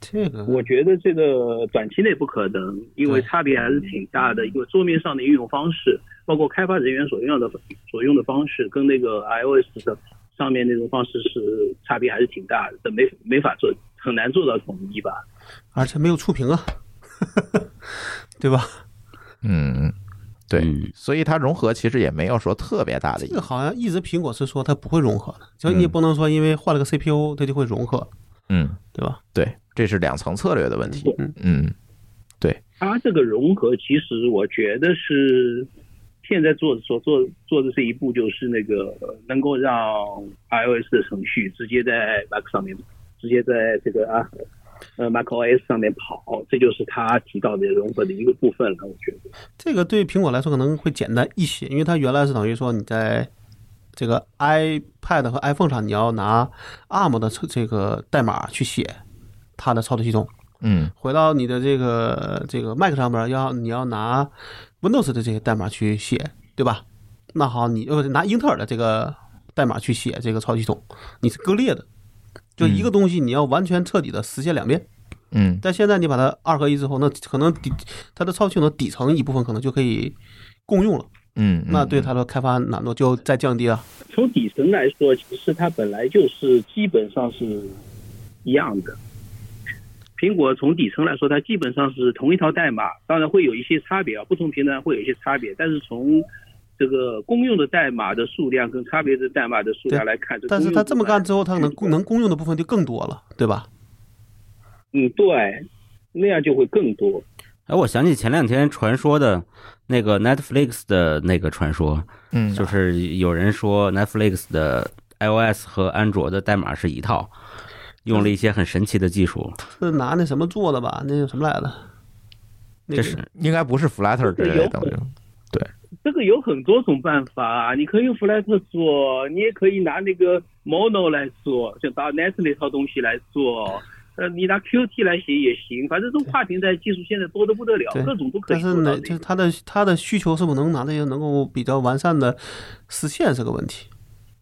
Speaker 2: 这个
Speaker 4: 我觉得这个短期内不可能，因为
Speaker 2: 嗯对
Speaker 4: 差别还是挺大的，因为桌面上的应用方式，包括开发人员所用的所用的方式，跟那个 iOS 的上面那种方式是差别还是挺大的，这没没法做，很难做到统一吧。
Speaker 2: 而且没有触屏啊， [LAUGHS] 对吧？
Speaker 1: 嗯，对，
Speaker 3: 嗯
Speaker 1: 所以它融合其实也没有说特别大的
Speaker 2: 这
Speaker 1: 意
Speaker 2: 个
Speaker 1: 义，
Speaker 2: 好像一直苹果是说它不会融合的，就
Speaker 3: 嗯
Speaker 2: 你也不能说因为换了个 CPU 它就会融合，
Speaker 1: 嗯，
Speaker 2: 对吧？
Speaker 1: 对，这是两层策略的问题，嗯
Speaker 4: 它这个融合，其实我觉得是现在做所做做的这一步，就是那个呃能够让 iOS 的程序直接在 Mac 上面，直接在这个啊呃 macOS 上面跑，这就是他提到的融合的一个部分了。我觉得，
Speaker 2: 这个对苹果来说可能会简单一些，因为它原来是等于说你在这个 iPad 和 iPhone 上，你要拿 ARM 的这这个代码去写它的操作系统，
Speaker 1: 嗯
Speaker 2: 回到你的这个这个 Mac 上边儿要你要拿 Windows 的这些代码去写，对吧？那好，你呃拿英特尔的这个代码去写这个操作系统，你是割裂的，就一个东西你要完全彻底的实现两遍。
Speaker 1: 嗯
Speaker 2: 但现在你把它二合一之后，那可能底它的操作系统底层一部分可能就可以共用了，
Speaker 1: 嗯，
Speaker 2: 那对它的开发难度就再降低了。
Speaker 4: 从底层来说，其实它本来就是基本上是一样的。苹果从底层来说，它基本上是同一套代码，当然会有一些差别啊，不同平台会有一些差别，但是从这个公用的代码的数量跟差别的代码的数量来看，
Speaker 2: 但是它这么干之
Speaker 4: 后，
Speaker 2: 后，它可能共能共用的部分就更多了，对吧？
Speaker 4: 嗯，对，那样就会更多。
Speaker 3: 哎，我想起前两天传说的那个 Netflix 的那个传说，
Speaker 1: 嗯
Speaker 3: 就是有人说 Netflix 的 iOS 和安卓的代码是一套，用了一些很神奇的技术。
Speaker 2: 是拿那什么做的吧？那叫什么来着？那个
Speaker 3: 这是
Speaker 1: 应该不是 Flutter 之类的东西，
Speaker 4: 这个有很多种办法啊，你可以用 Flutter 做，你也可以拿那个 Mono 来做，就拿 Net 那套东西来做。呃，你拿 Qt 来写也行，反正这种跨平台技术现在多得不得了
Speaker 2: 对，
Speaker 4: 各种都可
Speaker 2: 但
Speaker 4: 以
Speaker 2: 是
Speaker 4: 做到
Speaker 2: 呢，
Speaker 4: 的。
Speaker 2: 就是它的它的需求是否能拿这些能够比较完善的实现是个问题。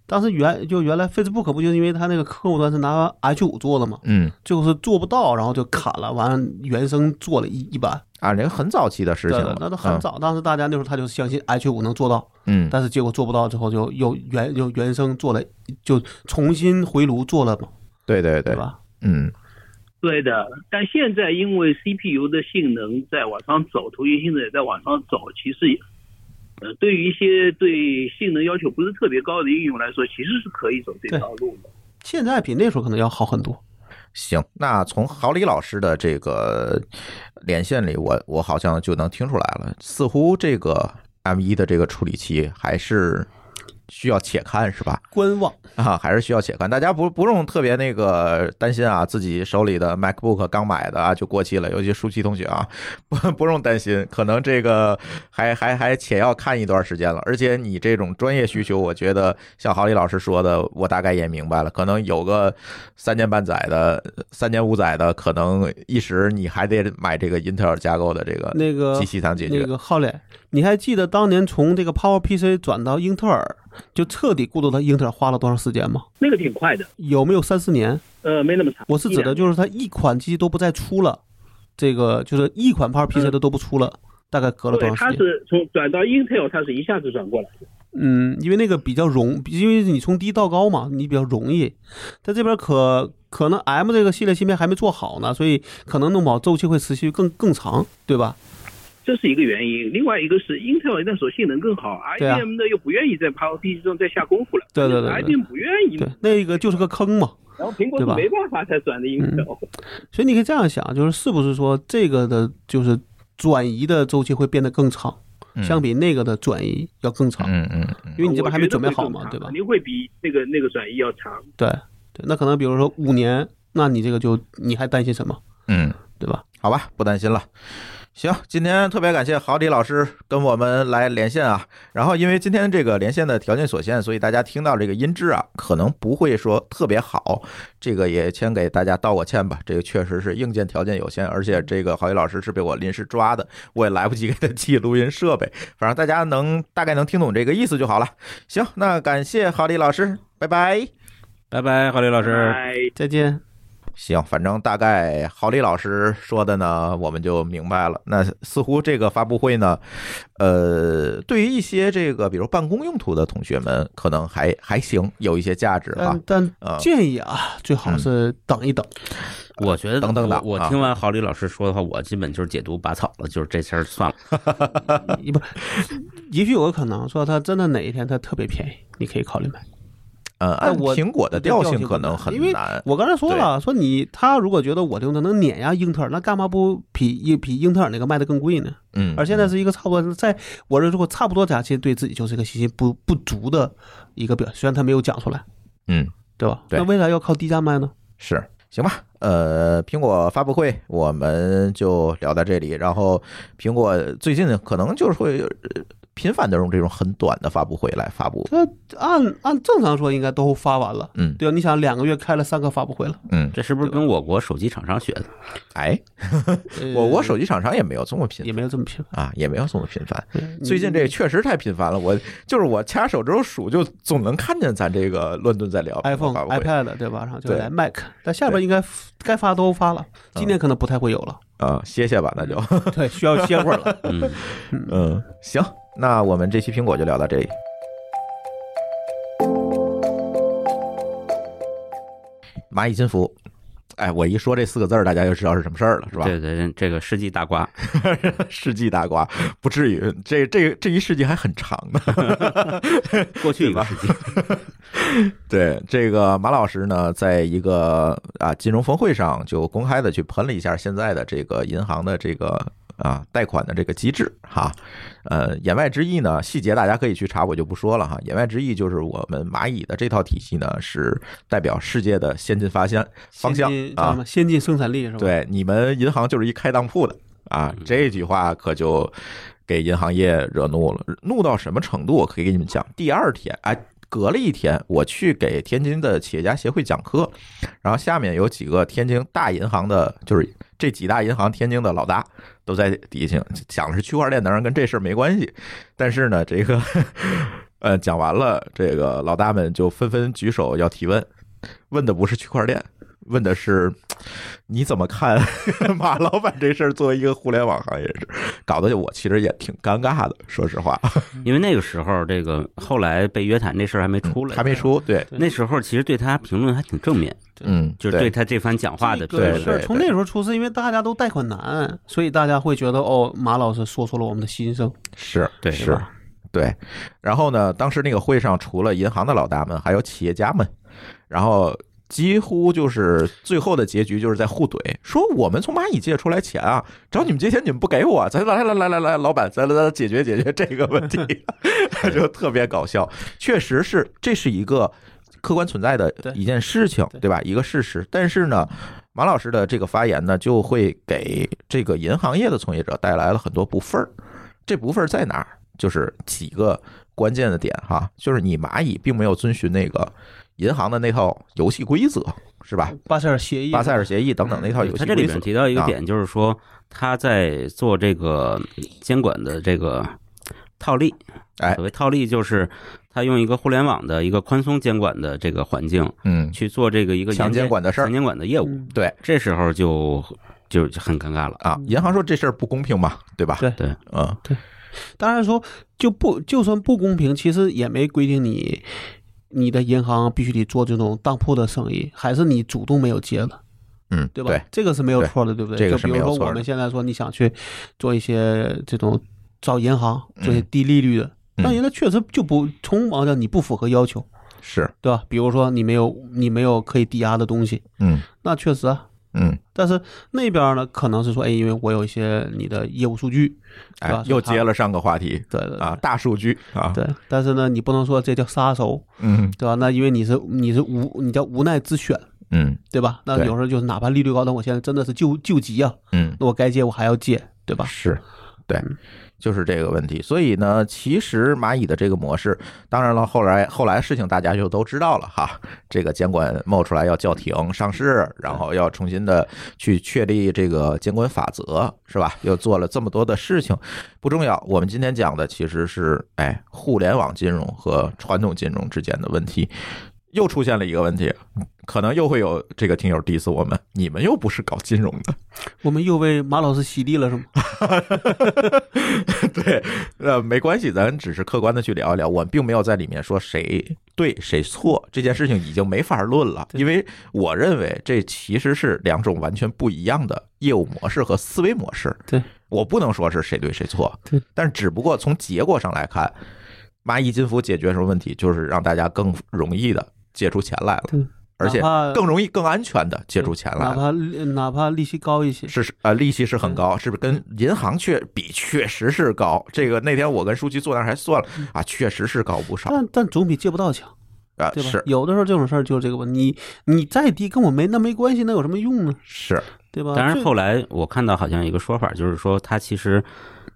Speaker 2: 当时原就原来 Facebook 不就是因为它那个客户端是拿 H 五做的嘛，
Speaker 1: 嗯
Speaker 2: 最后是做不到，然后就砍了，完了原生做了一一版，
Speaker 1: 啊，那个很早期的事
Speaker 2: 对
Speaker 1: 情
Speaker 2: 的
Speaker 1: 了，，
Speaker 2: 那都很早。当时大家那时候他就相信 H 五能做到，
Speaker 1: 嗯，嗯
Speaker 2: 但是结果做不到之后就又原又原生做了，就重新回炉做了嘛，
Speaker 1: 对对对
Speaker 2: 对，吧？
Speaker 1: 嗯
Speaker 4: 对的，但现在因为 CPU 的性能在往上走，图形性能也在往上走，其实也，呃，对于一些对性能要求不是特别高的应用来说，其实是可以走这条路的。
Speaker 2: 现在比那时候可能要好很多。
Speaker 1: 行，那从郝李老师的这个连线里，我我好像就能听出来了，似乎这个 M 一的这个处理器还是需要且看，是吧？
Speaker 2: 观望，
Speaker 1: 啊，还是需要且看，大家不不用特别那个担心啊，自己手里的 MacBook 刚买的啊就过期了，尤其舒淇同学啊，不不用担心，可能这个还还还且要看一段时间了。而且你这种专业需求，我觉得像郝李老师说的，我大概也明白了，可能有个三年半载的、三年五载的，可能一时你还得买这个英特尔架构的这个
Speaker 2: 那个
Speaker 1: 机器才能解决
Speaker 2: 那。个浩磊，你还记得当年从这个 Power PC 转到英特尔，就彻底过渡到英特尔花了多长时间吗？
Speaker 4: 那个挺快的，
Speaker 2: 有没有三四年？
Speaker 4: 呃，没那么长。
Speaker 2: 我是指的
Speaker 4: 一两
Speaker 2: 就是它一款机都不再出了，这个就是一款 Power PC
Speaker 4: 嗯
Speaker 2: 的都不出了，大概隔了多
Speaker 4: 对，
Speaker 2: 长
Speaker 4: 它
Speaker 2: 时间？
Speaker 4: 是从转到 Intel，它是一下子转过来的。
Speaker 2: 嗯，因为那个比较容，因为你从低到高嘛，你比较容易。在这边可可能 M 这个系列芯片还没做好呢，所以可能弄不好周期会持续更更长，对吧？
Speaker 4: 这是一个原因，另外一个是 Intel 那时候性能更好
Speaker 2: 对啊
Speaker 4: ，IBM 呢又不愿意在 PowerPC 中再下功夫了。
Speaker 2: 对对对对
Speaker 4: ，IBM 不愿意
Speaker 2: 对
Speaker 4: 嘛，，
Speaker 2: 那个就是个坑嘛。
Speaker 4: 然后苹果是
Speaker 2: 对吧嗯
Speaker 4: 没办法才转的 Intel。
Speaker 2: 所以你可以这样想，就是是不是说这个的，就是转移的周期会变得更长，相比那个的转移要更长，
Speaker 1: 嗯嗯嗯
Speaker 2: 因为你这边还没
Speaker 4: 我觉
Speaker 2: 准
Speaker 4: 得
Speaker 2: 备
Speaker 4: 会
Speaker 2: 好
Speaker 4: 更
Speaker 2: 嘛，
Speaker 4: 长
Speaker 2: 对吧
Speaker 4: 肯？定会比那个那个转移要长。
Speaker 2: 对对，那可能比如说五年，那你这个就你还担心什么，
Speaker 1: 嗯。
Speaker 2: 对吧？
Speaker 1: 好吧，不担心了。行，今天特别感谢郝李老师跟我们来连线啊。然后因为今天这个连线的条件所限，所以大家听到这个音质啊，可能不会说特别好，这个也先给大家道个歉吧。这个确实是硬件条件有限，而且这个郝李老师是被我临时抓的，我也来不及给他寄录音设备。反正大家能大概能听懂这个意思就好了。行，那感谢郝李老师，拜拜。
Speaker 3: 拜拜，郝磊老师。
Speaker 4: 哎，
Speaker 2: 再见。
Speaker 1: 行，反正大概郝磊老师说的呢，我们就明白了。那似乎这个发布会呢，呃，对于一些这个比如办公用途的同学们，可能还还行，有一些价值哈
Speaker 2: 但。但
Speaker 1: 啊、嗯
Speaker 2: 建议啊，最好是等一等。
Speaker 3: 我觉得
Speaker 1: 等等的
Speaker 3: 我
Speaker 1: 啊
Speaker 3: 我听完郝李老师说的话，我基本就是解读拔草了，就是这事儿算了。
Speaker 2: 也不，也许有个可能说，它真的哪一天它特别便宜，你可以考虑买。
Speaker 1: 呃，按
Speaker 2: 哎我
Speaker 1: 苹果的调性可能很
Speaker 2: 因为
Speaker 1: 难。
Speaker 2: 我刚才说了，说你他如果觉得我这用它能碾压英特尔，那干嘛不比英比英特尔那个卖的更贵呢？
Speaker 1: 嗯，
Speaker 2: 而现在是一个差不多，在我这如果差不多价，其实对自己就是一个信心不不足的一个表现，虽然他没有讲出来，
Speaker 1: 嗯
Speaker 2: 对吧？
Speaker 1: 对
Speaker 2: 那为啥要靠低价卖呢？
Speaker 1: 是，行吧。呃，苹果发布会我们就聊到这里。然后，苹果最近可能就是会呃频繁的用这种很短的发布会来发布。
Speaker 2: 这按按正常说应该都发完了，
Speaker 1: 嗯
Speaker 2: 对吧？你想两个月开了三个发布会了，
Speaker 1: 嗯，
Speaker 3: 这是不是跟我国手机厂商
Speaker 1: [LAUGHS]
Speaker 3: 学的？
Speaker 1: 哎，
Speaker 2: 呃
Speaker 1: 我我手机厂商也没有这么频
Speaker 2: 也没有这么频繁。
Speaker 1: 啊，也没有这么频繁。
Speaker 2: 嗯
Speaker 1: 最近这确实太频繁了，我就是我掐手指头数，就总能看见咱这个乱炖在聊
Speaker 2: iPhone、
Speaker 1: 发布会
Speaker 2: iPad 对吧？然后就
Speaker 1: 对嗯
Speaker 2: 来 Mac，但下边应该该发都发了，今年可能不太会有
Speaker 1: [LAUGHS]
Speaker 2: 了。
Speaker 1: 啊，歇歇吧，那就
Speaker 2: 对，需要歇会儿了。
Speaker 3: 嗯。
Speaker 1: 嗯，行，那我们这期苹果就聊到这里。蚂蚁金服，哎，我一说这四个字儿，大家就知道是什么事儿了，是吧？
Speaker 3: 对对，这个世纪大瓜，
Speaker 1: [LAUGHS] 世纪大瓜，不至于，这这这一世纪还很长呢。
Speaker 3: 过去一个世纪，
Speaker 1: 对这个马老师呢，在一个啊金融峰会上就公开的去喷了一下现在的这个银行的这个啊贷款的这个机制哈，呃，言外之意呢，细节大家可以去查，我就不说了哈。言外之意就是我们蚂蚁的这套体系呢，是代表世界的先进发现 [LAUGHS] 方向
Speaker 2: 先进叫什
Speaker 1: 啊，
Speaker 2: 么？先进生产力是吧？，嗯
Speaker 1: 对，你们银行就是一开当铺的啊，这句话可就给银行业惹怒了，怒到什么程度？我可以给你们讲。第二天，哎，隔了一天，我去给天津的企业家协会讲课，然后下面有几个天津大银行的，就是这几大银行天津的老大都在底下讲讲的是区块链，当然跟这事儿没关系，但是呢，这个 [LAUGHS] 呃讲完了，这个老大们就纷纷举手要提问，问的不是区块链。问的是你怎么看 [LAUGHS] 马老板这事儿？作为一个互联网行业人士，搞得我其实也挺尴尬的。说实话，
Speaker 3: 因为那个时候，这个后来被约谈这事儿还没出
Speaker 1: 嗯
Speaker 3: 来，
Speaker 1: 还没。出，对，
Speaker 3: 那时候其实对他评论还挺正面，
Speaker 1: 嗯，
Speaker 3: 就是对他这番讲话的
Speaker 2: 这
Speaker 3: 评
Speaker 2: 个
Speaker 1: 对
Speaker 2: 事
Speaker 3: 论。
Speaker 2: 儿
Speaker 1: 对
Speaker 2: 从那时候出，是因为大家都贷款难，所以大家会觉得哦，马老师说出了我们的心声。
Speaker 1: 是，
Speaker 3: 对
Speaker 1: 是，对。然后呢，当时那个会上除了银行的老大们，还有企业家们，然后几乎就是最后的结局就是在互怼，说我们从蚂蚁借出来钱啊，找你们借钱你们不给我，咱来来来来来，老板，咱来来解决解决这个问题， [LAUGHS] 就特别搞笑。确实是，这是一个客观存在的
Speaker 2: 对
Speaker 1: 一件事情，
Speaker 2: 对
Speaker 1: 对吧？一个事实。但是呢，马老师的这个发言呢，就会给这个银行业的从业者带来了很多不忿儿。这不忿儿在哪儿？就是几个关键的点哈，就是你蚂蚁并没有遵循那个银行的那套游戏规则，是吧？
Speaker 2: 巴塞尔协议，
Speaker 1: 巴塞尔协议等等那套游戏
Speaker 2: 嗯
Speaker 3: 他这里
Speaker 1: 规则
Speaker 3: 面。提到一个
Speaker 1: 啊
Speaker 3: 点，就是说他在做这个监管的这个套利。
Speaker 1: 哎
Speaker 3: 所谓套利就是他用一个互联网的一个宽松监管的这个环境
Speaker 1: 嗯，
Speaker 3: 去做这个一个
Speaker 1: 强
Speaker 3: 严
Speaker 1: 监管的事儿
Speaker 3: 强监管的业务，
Speaker 2: 嗯
Speaker 1: 对
Speaker 3: 这时候就就就很尴尬了。
Speaker 1: 啊，银行说这事儿不公平嘛，对吧？
Speaker 2: 对
Speaker 3: 对，
Speaker 1: 嗯，
Speaker 2: 当然说就不就算不公平，其实也没规定你你的银行必须得做这种当铺的生意，还是你主动没有接的，
Speaker 1: 嗯，
Speaker 2: 对吧？这个是没有错的，对不对？
Speaker 1: 这个
Speaker 2: 就是比如
Speaker 1: 没有
Speaker 2: 说
Speaker 1: 错的
Speaker 2: 我们现在说你想去做一些这种找银行做一些低利率的，
Speaker 1: 嗯
Speaker 2: 但人家确实就不从网上你不符合要求，
Speaker 1: 是，
Speaker 2: 对吧？比如说你没有你没有可以抵押的东西，
Speaker 1: 嗯
Speaker 2: 那确实啊。
Speaker 1: 嗯，
Speaker 2: 但是那边呢，可能是说，哎，因为我有一些你的业务数据，对
Speaker 1: 哎
Speaker 2: 吧，
Speaker 1: 又接了上个话题
Speaker 2: 对对对
Speaker 1: 啊，大数据啊，
Speaker 2: 对，但是呢，你不能说这叫杀手，
Speaker 1: 嗯
Speaker 2: 对吧？那因为你是你是无你叫无奈之选，
Speaker 1: 嗯
Speaker 2: 对吧？那
Speaker 1: 对
Speaker 2: 有时候就是哪怕利率高，但我现在真的是救救急啊，
Speaker 1: 嗯，
Speaker 2: 那我该借我还要借，对吧？
Speaker 1: 是，对，就是这个问题。所以呢，其实蚂蚁的这个模式，当然了，后来后来事情大家就都知道了哈。这个监管冒出来要叫停上市，然后要重新的去确立这个监管法则，是吧？又做了这么多的事情，不重要。我们今天讲的其实是，哎，互联网金融和传统金融之间的问题。又出现了一个问题，可能又会有这个听友 diss 我们，你们又不是搞金融的，
Speaker 2: 我们又为马老师洗地了，是吗？
Speaker 1: [LAUGHS] 对，呃，没关系，咱只是客观的去聊一聊，我并没有在里面说谁对谁错，这件事情已经没法论了，因为我认为这其实是两种完全不一样的业务模式和思维模式。
Speaker 2: 对，
Speaker 1: 我不能说是谁对谁错，
Speaker 2: 对，
Speaker 1: 但是只不过从结果上来看，蚂蚁金服解决什么问题，就是让大家更容易的借出钱来了
Speaker 2: 对，
Speaker 1: 而且
Speaker 2: 哪怕
Speaker 1: 更容易、更安全的借出钱来
Speaker 2: 哪
Speaker 1: 了。
Speaker 2: 怕利哪怕利息高一些，
Speaker 1: 是是啊，利息是很
Speaker 2: 嗯
Speaker 1: 高，是不是跟银行确比确实是高？这个那天我跟舒淇坐那儿还算了
Speaker 2: 嗯
Speaker 1: 啊，确实是高不少
Speaker 2: 但但总比借不到强，
Speaker 1: 啊，
Speaker 2: 对吧？
Speaker 1: 是
Speaker 2: 有的时候这种事儿就是这个问题，你你再低跟我没那没关系，那有什么用呢？
Speaker 1: 是，
Speaker 2: 对吧？
Speaker 3: 当然
Speaker 2: 最
Speaker 3: 后来我看到好像有一个说法，就是说他其实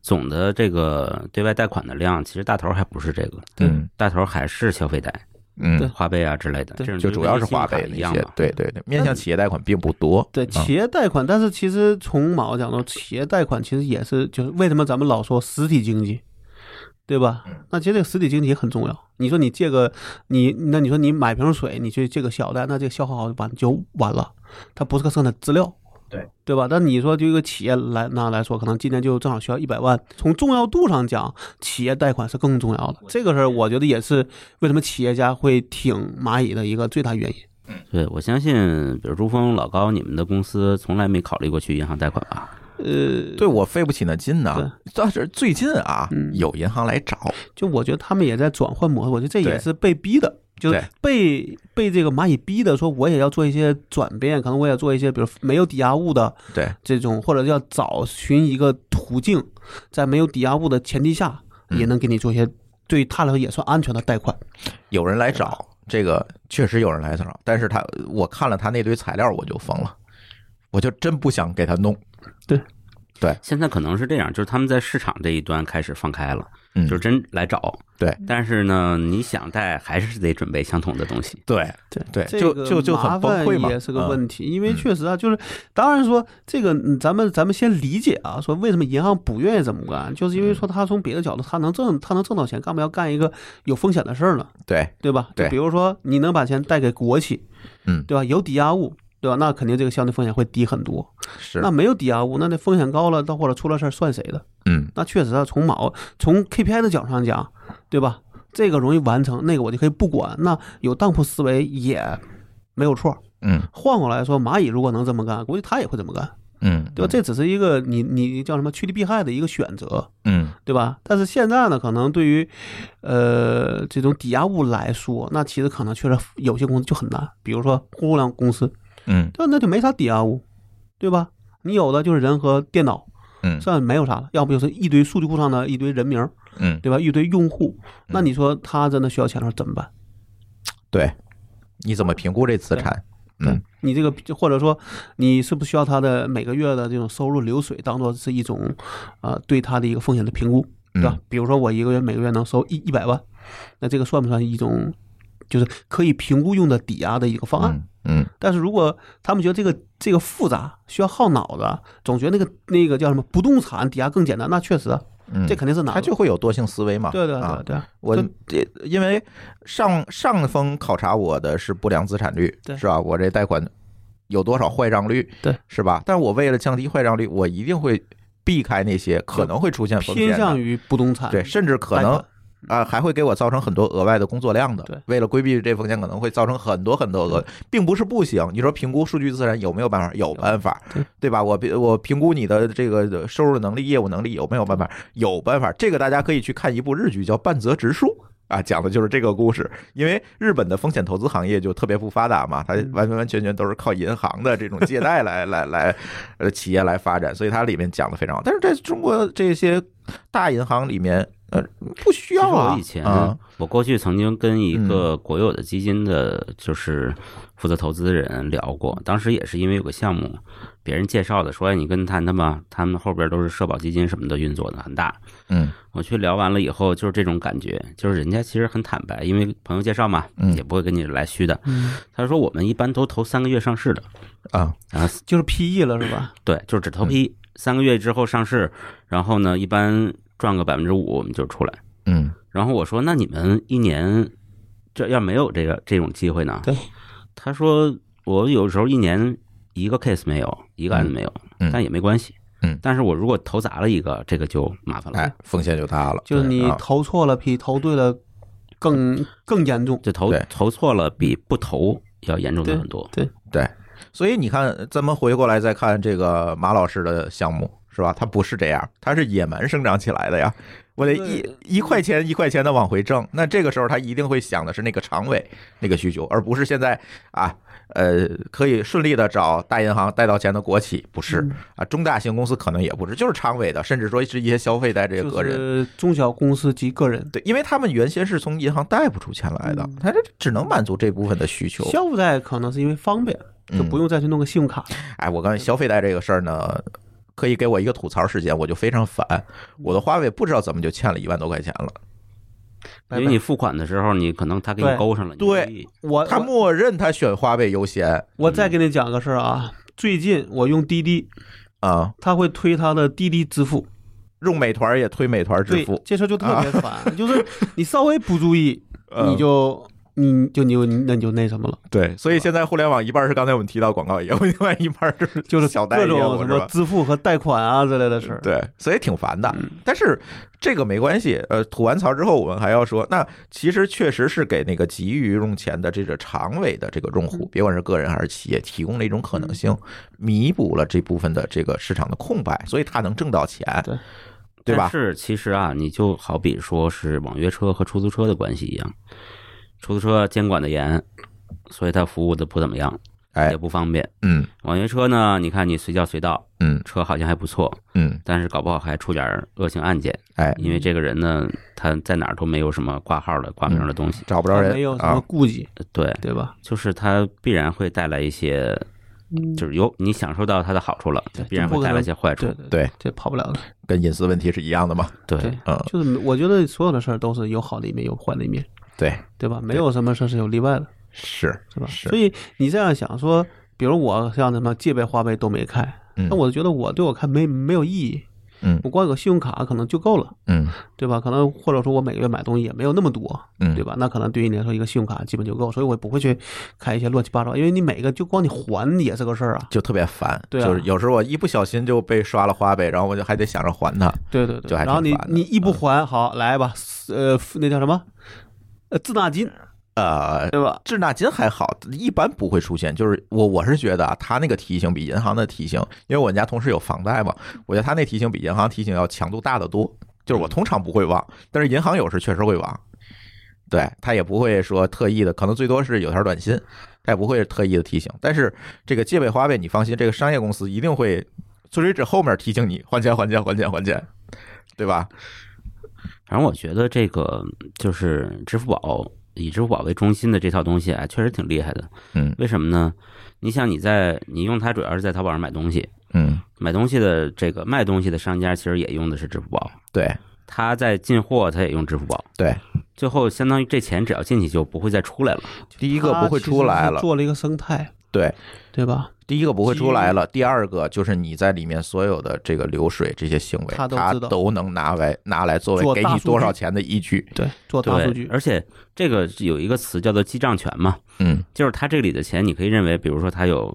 Speaker 3: 总的这个对外贷款的量，其实大头还不是这个，
Speaker 2: 对
Speaker 1: 嗯
Speaker 3: 大头还是消费贷、
Speaker 2: 对
Speaker 1: 嗯，
Speaker 3: 花呗啊之类的，
Speaker 2: 对
Speaker 3: 这种
Speaker 1: 就主要是花
Speaker 3: 跟
Speaker 1: 呗
Speaker 3: 信用卡一
Speaker 1: 那
Speaker 3: 样
Speaker 1: 些
Speaker 3: 嘛，。
Speaker 1: 对对对，面向企业贷款并不多，
Speaker 2: 对，
Speaker 1: 啊
Speaker 2: 企业贷款，但是其实从某角度，企业贷款其实也是，就是为什么咱们老说实体经济，对吧？
Speaker 1: 嗯
Speaker 2: 那其实这个实体经济也很重要。你说你借个你，那你说你买瓶水，你去借个小贷，那这个消耗好完就完了，它不是个生产资料，
Speaker 1: 对
Speaker 2: 对吧？但你说对一个企业来那来说，可能今年就正好需要一百万。从重要度上讲，企业贷款是更重要的。这个事儿，我觉得也是为什么企业家会挺蚂蚁的一个最大原因。
Speaker 3: 对，我相信，比如朱峰、老高，你们的公司从来没考虑过去银行贷款吧？
Speaker 2: 呃，
Speaker 1: 对我费不起那劲呢
Speaker 2: 对。
Speaker 1: 但是最近啊
Speaker 2: 嗯，
Speaker 1: 有银行来找，
Speaker 2: 就我觉得他们也在转换模式，我觉得这
Speaker 1: 对
Speaker 2: 也是被逼的，就是
Speaker 1: 对
Speaker 2: 被被这个蚂蚁逼的，说我也要做一些转变，可能我也做一些，比如没有抵押物的
Speaker 1: 对，
Speaker 2: 这种，或者要找寻一个途径，在没有抵押物的前提下，
Speaker 1: 嗯
Speaker 2: 也能给你做一些对他来说也算安全的贷款。
Speaker 1: 有人来找，这个确实有人来找，但是他我看了他那堆材料，我就疯了，我就真不想给他弄，
Speaker 3: 现在可能是这样，就是他们在市场这一端开始放开了，
Speaker 1: 嗯，
Speaker 3: 就是真来找。
Speaker 1: 对，
Speaker 3: 但是呢，你想贷还是得准备相同的东西。
Speaker 1: 对
Speaker 2: 对
Speaker 1: 对，
Speaker 2: 这
Speaker 1: 就
Speaker 2: 个
Speaker 1: 就就
Speaker 2: 麻
Speaker 1: 很崩
Speaker 2: 烦
Speaker 1: 溃嘛，
Speaker 2: 也是个
Speaker 1: 嗯
Speaker 2: 问题，因为确实啊，就是当然说这个，嗯咱们咱们先理解啊，说为什么银行不愿意这么干，就
Speaker 1: 嗯
Speaker 2: 是因为说他从别的角度，他能挣他能挣到钱，干嘛要干一个有风险的事儿呢？
Speaker 1: 对，
Speaker 2: 对吧？就
Speaker 1: 对
Speaker 2: 比如说你能把钱贷给国企，
Speaker 1: 嗯
Speaker 2: 对吧？有抵押物，对吧？那肯定这个相对风险会低很多。
Speaker 1: 是
Speaker 2: 那没有抵押物，那那风险高了，到或者出了事儿算谁的？
Speaker 1: 嗯
Speaker 2: 那确实啊，从某从 KPI 的角上讲，对吧？这个容易完成，那个我就可以不管。那有当铺思维也没有错。
Speaker 1: 嗯
Speaker 2: 换过来说，蚂蚁如果能这么干，估计他也会这么干。
Speaker 1: 嗯，
Speaker 2: 对吧？这只是一个你你叫什么趋利避害的一个选择，
Speaker 1: 嗯
Speaker 2: 对吧？但是现在呢，可能对于呃这种抵押物来说，那其实可能确实有些公司就很难，比如说互联网公司，
Speaker 1: 嗯
Speaker 2: 对吧，那就没啥抵押物，对吧？你有的就是人和电脑，
Speaker 1: 嗯
Speaker 2: 算没有啥了，要不就是一堆数据库上的一堆人名儿，
Speaker 1: 嗯，
Speaker 2: 对吧？一堆用户，那你说他真的需要钱的时候怎么办？
Speaker 1: 对，你怎么评估这资产？嗯
Speaker 2: 你这个或者说你是不是需要他的每个月的这种收入流水当做是一种，呃，对他的一个风险的评估，对吧？
Speaker 1: 嗯
Speaker 2: 比如说我一个月每个月能收一一百万，那这个算不算一种就是可以评估用的抵押的一个方案？
Speaker 1: 嗯嗯
Speaker 2: 但是如果他们觉得这个这个复杂，需要耗脑子，总觉得那个那个叫什么不动产抵押更简单，那确实啊，
Speaker 1: 嗯，
Speaker 2: 这肯定是难
Speaker 1: 他
Speaker 2: 了。
Speaker 1: 就会有多性思维嘛。
Speaker 2: 对对
Speaker 1: 啊
Speaker 2: 对，对，
Speaker 1: 我
Speaker 2: 就
Speaker 1: 这因为上上峰考察我的是不良资产率，
Speaker 2: 对
Speaker 1: 是吧？我这贷款有多少坏账率，
Speaker 2: 对，
Speaker 1: 是吧？但我为了降低坏账率，我一定会避开那些可能会出现风险
Speaker 2: 偏
Speaker 1: 的
Speaker 2: 向于不动产，
Speaker 1: 对，甚至可能
Speaker 2: 贷
Speaker 1: 啊、还会给我造成很多额外的工作量的。
Speaker 2: 对
Speaker 1: 为了规避这风险，可能会造成很多很多额，并不是不行。你说评估数据资产有没有办法？有办法，
Speaker 2: 对
Speaker 1: 对吧？我比我评估你的这个收入能力、业务能力有没有办法？
Speaker 2: 嗯
Speaker 1: 有办法。这个大家可以去看一部日剧叫《半泽直树》。啊，讲的就是这个故事，因为日本的风险投资行业就特别不发达嘛，它
Speaker 2: 嗯
Speaker 1: 完完全全都是靠银行的这种借贷
Speaker 2: [LAUGHS]
Speaker 1: 来来来，呃，企业来发展，所以它里面讲的非常好。但是在中国这些大银行里面，呃，不需要
Speaker 3: 其实
Speaker 1: 啊。
Speaker 3: 我以前、
Speaker 1: 啊，嗯
Speaker 3: 我过去曾经跟一个国有的基金的，就是负责投资的人聊过，当时也是因为有个项目，别人介绍的，说哎你跟谈谈吧，他们后边都是社保基金什么的运作的很大。
Speaker 1: 嗯
Speaker 3: 我去聊完了以后，就是这种感觉，就是人家其实很坦白，因为朋友介绍嘛
Speaker 1: 嗯，
Speaker 3: 也不会跟你来虚的。
Speaker 2: 嗯，
Speaker 3: 他说我们一般都投三个月上市的，
Speaker 1: 啊，
Speaker 3: 啊，
Speaker 2: 就是 PE 了是吧？
Speaker 3: 对，就是只投
Speaker 1: 嗯
Speaker 3: P，、三个月之后上市，然后呢，一般赚个百分之五我们就出来。
Speaker 1: 嗯
Speaker 3: 然后我说：“那你们一年这要没有这个这种机会呢？”
Speaker 2: 对，
Speaker 3: 他说：“我有时候一年一个 case 没有，一个案子没有，
Speaker 1: 嗯
Speaker 3: 但也没关系。
Speaker 1: 嗯
Speaker 3: 但是我如果投砸了一个，这个就麻烦了，
Speaker 1: 哎，风险就大了。
Speaker 2: 就是你
Speaker 1: 对啊
Speaker 2: 投错了比投对了更更严重。
Speaker 3: 就投
Speaker 1: 对
Speaker 3: 投错了比不投要严重的很多。
Speaker 1: 对，所以你看，咱们回过来再看这个马老师的项目，是吧？他不是这样，他是野蛮生长起来的呀。我得一
Speaker 2: 对
Speaker 1: 一块钱一块钱的往回挣，那这个时候他一定会想的是那个长尾那个需求，而不是现在啊，呃，可以顺利的找大银行贷到钱的国企，不是
Speaker 2: 嗯
Speaker 1: 啊，中大型公司可能也不是，就是长尾的，甚至说是一些消费贷这些
Speaker 2: 就
Speaker 1: 个人，
Speaker 2: 是中小公司及个人
Speaker 1: 对，因为他们原先是从银行贷不出钱来
Speaker 2: 嗯
Speaker 1: 的，他这只能满足这部分的需求。嗯
Speaker 2: 消费贷可能是因为方便，就不用再去弄个信用卡。
Speaker 1: 哎，我
Speaker 2: 嗯
Speaker 1: 刚才消费贷这个事儿呢，可以给我一个吐槽时间，我就非常烦。
Speaker 2: 嗯
Speaker 1: 我的花呗不知道怎么就欠了一万多块钱了，
Speaker 2: 拜拜
Speaker 3: 因为你付款的时候，你可能他给你
Speaker 2: 对
Speaker 3: 勾上了，你
Speaker 1: 对
Speaker 3: 故意
Speaker 2: 呃我
Speaker 1: 他
Speaker 2: 我
Speaker 1: 默认他选花呗优先
Speaker 2: 我再给你讲个事儿啊，
Speaker 1: 嗯
Speaker 2: 最近我用滴滴，
Speaker 1: 啊，
Speaker 2: 他会推他的滴滴支付，
Speaker 1: 用美团也推美团支
Speaker 2: 对
Speaker 1: 付，，
Speaker 2: 这事儿就特别
Speaker 1: [LAUGHS]
Speaker 2: 烦，就是你稍微不注意，
Speaker 1: 嗯
Speaker 2: 你就你就你就那你就那什么了，
Speaker 1: 对，
Speaker 2: 啊
Speaker 1: 所以现在互联网一半是刚才我们提到广告业务，另外一半是
Speaker 2: 就是
Speaker 1: 小贷
Speaker 2: 各
Speaker 1: 业
Speaker 2: 种
Speaker 1: 务
Speaker 2: 什
Speaker 1: 是
Speaker 2: 么
Speaker 1: 吧？
Speaker 2: 支付和贷款啊之类的事儿。
Speaker 1: 对，所以挺烦的。
Speaker 2: 嗯
Speaker 1: 但是这个没关系，呃，吐完槽之后，我们还要说，那其实确实是给那个急于用钱的这个长尾的这个用
Speaker 2: 嗯
Speaker 1: 户，别管是个人还是企业，提供了一种可能性，弥补了这部分的这个市场的空白，所以他能挣到钱，
Speaker 2: 对
Speaker 1: 对吧
Speaker 3: 但？是其实啊，你就好比说是网约车和出租车的关系一样，出租车监管的严，所以它服务的不怎么样，
Speaker 1: 哎
Speaker 3: 也，不方便。
Speaker 1: 嗯
Speaker 3: 网约车呢，你看你随叫随到，
Speaker 1: 嗯
Speaker 3: 车好像还不错，
Speaker 1: 嗯，
Speaker 3: 但是搞不好还出点儿恶性案件，
Speaker 1: 哎，
Speaker 3: 因为这个人呢，他在哪儿都没有什么挂号的、挂名的东西。
Speaker 1: 找不着
Speaker 2: 他
Speaker 1: 人
Speaker 2: 没有什么
Speaker 1: 啊，
Speaker 2: 顾忌，
Speaker 3: 对，
Speaker 2: 对吧？
Speaker 3: 就是他必然会带来一些，就是有你享受到他的好处了
Speaker 2: 对，
Speaker 3: 必然会带来一些坏处
Speaker 2: 对。对
Speaker 1: 对，
Speaker 2: 这跑不了的。
Speaker 1: 跟隐私问题是一样的嘛，
Speaker 3: 对，
Speaker 1: 嗯，
Speaker 2: 就是我觉得所有的事儿都是有好的一面，有坏的一面，
Speaker 1: 对，
Speaker 2: 对吧？没有什么事儿是有例外的，
Speaker 1: 是
Speaker 2: 是吧？
Speaker 1: 是
Speaker 2: 所以你这样想说，比如我像什么借呗、花呗都没开，
Speaker 1: 嗯
Speaker 2: 那我觉得我对我开没没有意义，
Speaker 1: 嗯
Speaker 2: 我光有个信用卡可能就够了，
Speaker 1: 嗯
Speaker 2: 对吧？可能或者说我每个月买东西也没有那么多，
Speaker 1: 嗯，
Speaker 2: 对？吧？那可能对于你来说，一个信用卡基本就够，所以我也不会去开一些乱七八糟，因为你每个就光你还也是个事儿啊。
Speaker 1: 就特别烦，
Speaker 2: 对啊
Speaker 1: 就是有时候我一不小心就被刷了花呗，然后我就还得想着还他，
Speaker 2: 对对对，
Speaker 1: 就还挺
Speaker 2: 然后你
Speaker 1: 烦的
Speaker 2: 你一不还，好来吧，呃，那叫什么？呃，滞纳金，
Speaker 1: 呃，
Speaker 2: 对吧？
Speaker 1: 滞纳金还好，一般不会出现。就是我我是觉得啊，他那个提醒比银行的提醒，因为我们家同事有房贷嘛，我觉得他那提醒比银行提醒要强度大得多。就是我通常不会忘，但是银行有时确实会忘。对他也不会说特意的，可能最多是有条短信，他也不会特意的提醒。但是这个借呗、花呗，你放心，这个商业公司一定会追着后面提醒你还钱、还钱、还钱、还钱，对吧？
Speaker 3: 反正我觉得这个就是支付宝以支付宝为中心的这套东西啊，确实挺厉害的。
Speaker 1: 嗯
Speaker 3: 为什么呢？你想你在你用它主要是在淘宝上买东西，
Speaker 1: 嗯，
Speaker 3: 买东西的这个卖东西的商家其实也用的是支付宝，
Speaker 1: 对
Speaker 3: 他在进货他也用支付宝，
Speaker 1: 对，
Speaker 3: 最后相当于这钱只要进去就不会再出来了。
Speaker 1: 第一个不会出来
Speaker 2: 它其实是
Speaker 1: 了，
Speaker 2: 做了一个生态，
Speaker 1: 对，
Speaker 2: 对吧？
Speaker 1: 第一个不会出来了，第二个就是你在里面所有的这个流水这些行为，
Speaker 2: 他都
Speaker 1: 他
Speaker 2: 知道
Speaker 1: 都能拿来拿来作为
Speaker 2: 做
Speaker 1: 给
Speaker 2: 大
Speaker 1: 你
Speaker 2: 数
Speaker 1: 多
Speaker 2: 据
Speaker 1: 少钱的依据。
Speaker 2: 对，做大数
Speaker 3: 对
Speaker 2: 据，，
Speaker 3: 而且这个有一个词叫做记账权嘛，
Speaker 1: 嗯
Speaker 3: 就是他这里的钱，你可以认为，比如说他有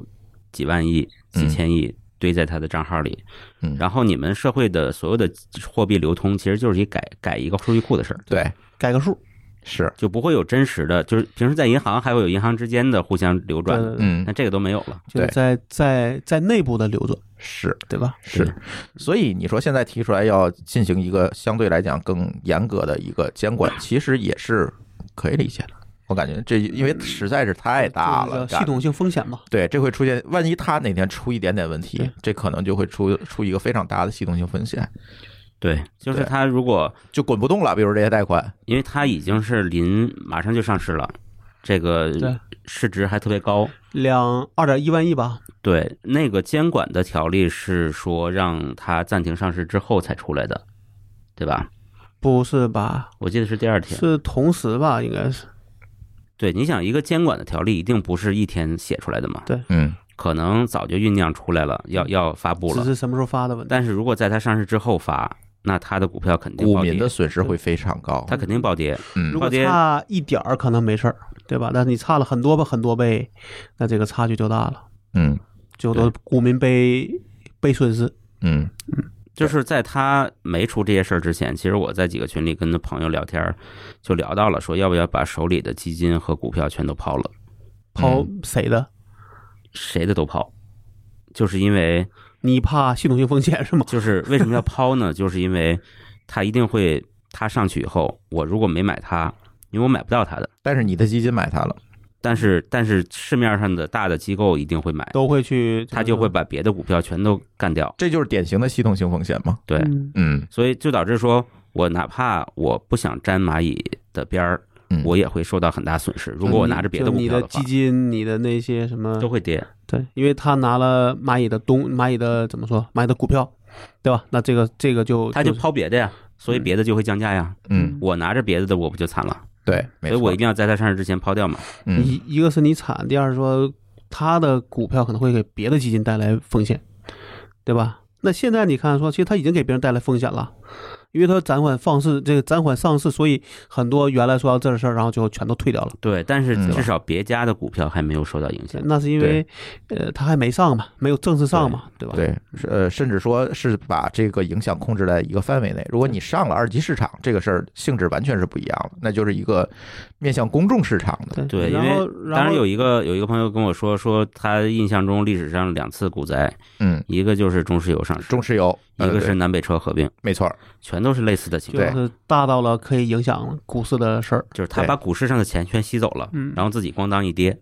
Speaker 3: 几万亿、
Speaker 1: 嗯
Speaker 3: 几千亿堆在他的账号里，
Speaker 1: 嗯，
Speaker 3: 然后你们社会的所有的货币流通，其实就是一改改一个数据库的事儿，
Speaker 1: 对，
Speaker 2: 改个数，
Speaker 1: 是，
Speaker 3: 就不会有真实的，就是平时在银行还会有银行之间的互相流转的，
Speaker 2: 对，
Speaker 1: 嗯
Speaker 3: 那，这个都没有了。
Speaker 2: 就
Speaker 1: 对
Speaker 2: 是在在在内部的流转，
Speaker 1: 是
Speaker 2: 对吧？
Speaker 1: 是
Speaker 3: 对，
Speaker 1: 所以你说现在提出来要进行一个相对来讲更严格的一个监管，其实也是可以理解的。我感觉这因为实在是太大
Speaker 2: 就是
Speaker 1: 了，
Speaker 2: 叫系统性风险嘛。
Speaker 1: 对，这会出现，万一他哪天出一点点问题
Speaker 2: 对，
Speaker 1: 这可能就会出出一个非常大的系统性风险，
Speaker 3: 对，就是
Speaker 1: 对
Speaker 3: 他如果
Speaker 1: 就滚不动了。比如这些贷款，
Speaker 3: 因为它已经是临马上就上市了，这
Speaker 2: 对
Speaker 3: 个市值还特别高。
Speaker 2: 两二点一万亿吧，
Speaker 3: 对，那个监管的条例是说让它暂停上市之后才出来的，对吧？
Speaker 2: 不是吧？
Speaker 3: 我记得是第二天。
Speaker 2: 是同时吧，应该是
Speaker 3: 对，你想一个监管的条例一定不是一天写出来的嘛，
Speaker 1: 嗯，
Speaker 3: 可能早就酝酿出来了，要
Speaker 2: 嗯
Speaker 3: 要发布
Speaker 2: 只
Speaker 3: 了。
Speaker 2: 是什么时候发的问题。
Speaker 3: 但是如果在它上市之后发，那它的股票肯定
Speaker 1: 股
Speaker 3: 暴
Speaker 1: 民的
Speaker 3: 跌，
Speaker 1: 损失会非常高。
Speaker 3: 啊它肯定暴跌。
Speaker 1: 嗯
Speaker 2: 如果
Speaker 3: 暴跌
Speaker 2: 差一点儿可能没事儿，对吧？但是你差了很多吧，很多倍，那这个差距就大了，
Speaker 1: 嗯
Speaker 2: 就都股民被被损失。
Speaker 1: 嗯
Speaker 3: 就是在他没出这些事儿之前，其实我在几个群里跟朋友聊天儿，就聊到了说要不要把手里的基金和股票全都抛了，
Speaker 2: 抛
Speaker 3: 嗯
Speaker 2: 谁的？
Speaker 3: 谁的都抛，就是因为
Speaker 2: 你怕系统性风险是吗？ [LAUGHS]
Speaker 3: 就是为什么要抛呢？ [LAUGHS] 就是因为它一定会，它上去以后，我如果没买它，因为我买不到它的，
Speaker 1: 但是你的基金买它了，
Speaker 3: 但是但是市面上的大的机构一定会买，
Speaker 2: 嗯都会去，
Speaker 3: 它就会把别的股票全都干掉，
Speaker 1: 这就是典型的系统性风险嘛。
Speaker 3: 对，
Speaker 2: 嗯
Speaker 1: 嗯
Speaker 3: 所以就导致说我哪怕我不想沾蚂蚁的边儿。
Speaker 1: 嗯，
Speaker 3: 我也会受到很大损失。如果我拿着别的
Speaker 2: 就
Speaker 3: 股
Speaker 2: 你
Speaker 3: 票
Speaker 2: 的
Speaker 3: 的话
Speaker 2: 基，金，你的那些什么
Speaker 3: 都，会跌。
Speaker 2: 对，因为他拿了蚂蚁的东，蚂蚁的怎么说，蚂蚁的股票，对吧？那这个这个就
Speaker 3: 他就是抛别的呀，所以别的就会降价呀。
Speaker 1: 嗯
Speaker 3: 我拿着别的的，我不就惨了？
Speaker 1: 对，没
Speaker 3: 所以
Speaker 1: 错，
Speaker 3: 我一定要在它上市之前抛掉嘛。
Speaker 1: 嗯
Speaker 2: 一一个是你惨，第二是说他的股票可能会给别的基金带来风险，对吧？那现在你看说，其实他已经给别人带来风险了，因为他暂缓放市，这个暂缓上市，所以很多原来说要这事儿，然后就全都退掉了。
Speaker 3: 对，但是
Speaker 1: 嗯
Speaker 3: 至少别家的股票还没有受到影响。
Speaker 2: 那是因为，呃，他还没上嘛，没有正式上嘛，对吧？
Speaker 1: 对，是呃，甚至说是把这个影响控制在一个范围内。如果你上了二级市场，这个事儿性质完全是不一样了，那就是一个面向公众市场的。
Speaker 3: 对，因
Speaker 2: 然后
Speaker 3: 为当
Speaker 2: 然后
Speaker 3: 然有一个有一个朋友跟我说，说他印象中历史上两次股灾，
Speaker 1: 嗯，
Speaker 3: 一个就是中石油上市，
Speaker 1: 中石油，
Speaker 3: 一个
Speaker 1: 呃
Speaker 3: 是南北车合并，
Speaker 1: 对没错儿，
Speaker 3: 全都是类似的情
Speaker 2: 就
Speaker 3: 况。
Speaker 2: 是大到了可以影响股市的事儿，
Speaker 3: 就是他
Speaker 1: 对
Speaker 3: 把股市上的钱全吸走了，然后自己咣当一 [LAUGHS] 跌，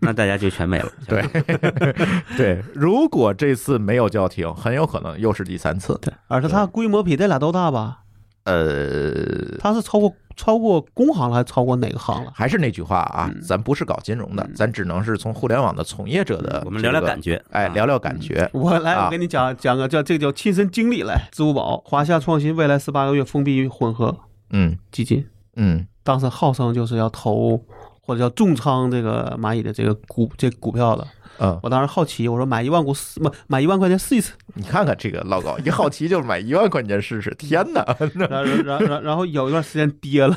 Speaker 3: 那大家就全没了。全
Speaker 1: 对对。如果这次没有叫停，很有可能又是第三次。
Speaker 2: 对，而且它规模比这俩都大吧？
Speaker 1: 呃，
Speaker 2: 它是超过超过工行了，还是超过哪个行了？
Speaker 1: 还是那句话啊，
Speaker 3: 嗯
Speaker 1: 咱不是搞金融的，咱只能是从互联网的从业者的、
Speaker 3: 嗯我们聊聊感
Speaker 1: 觉，
Speaker 3: 觉，
Speaker 1: 哎，
Speaker 3: 啊
Speaker 1: 聊聊感觉。
Speaker 2: [LAUGHS] 我来，
Speaker 1: 啊
Speaker 2: 我给你讲讲个叫这个叫亲身经历来。支付宝、华夏创新未来十八个月封闭混合
Speaker 1: 嗯
Speaker 2: 基金，
Speaker 1: 嗯
Speaker 2: 当时号称就是要投或者叫重仓这个蚂蚁的这个股这股票的。
Speaker 1: 嗯，
Speaker 2: 我当时好奇，我说买一万股试不买一万块钱试一试。
Speaker 1: 你看看这个老
Speaker 3: [LAUGHS]
Speaker 1: 高，一好奇就买一万块钱试试，天哪！
Speaker 2: 然然然然然后有一段时间跌了，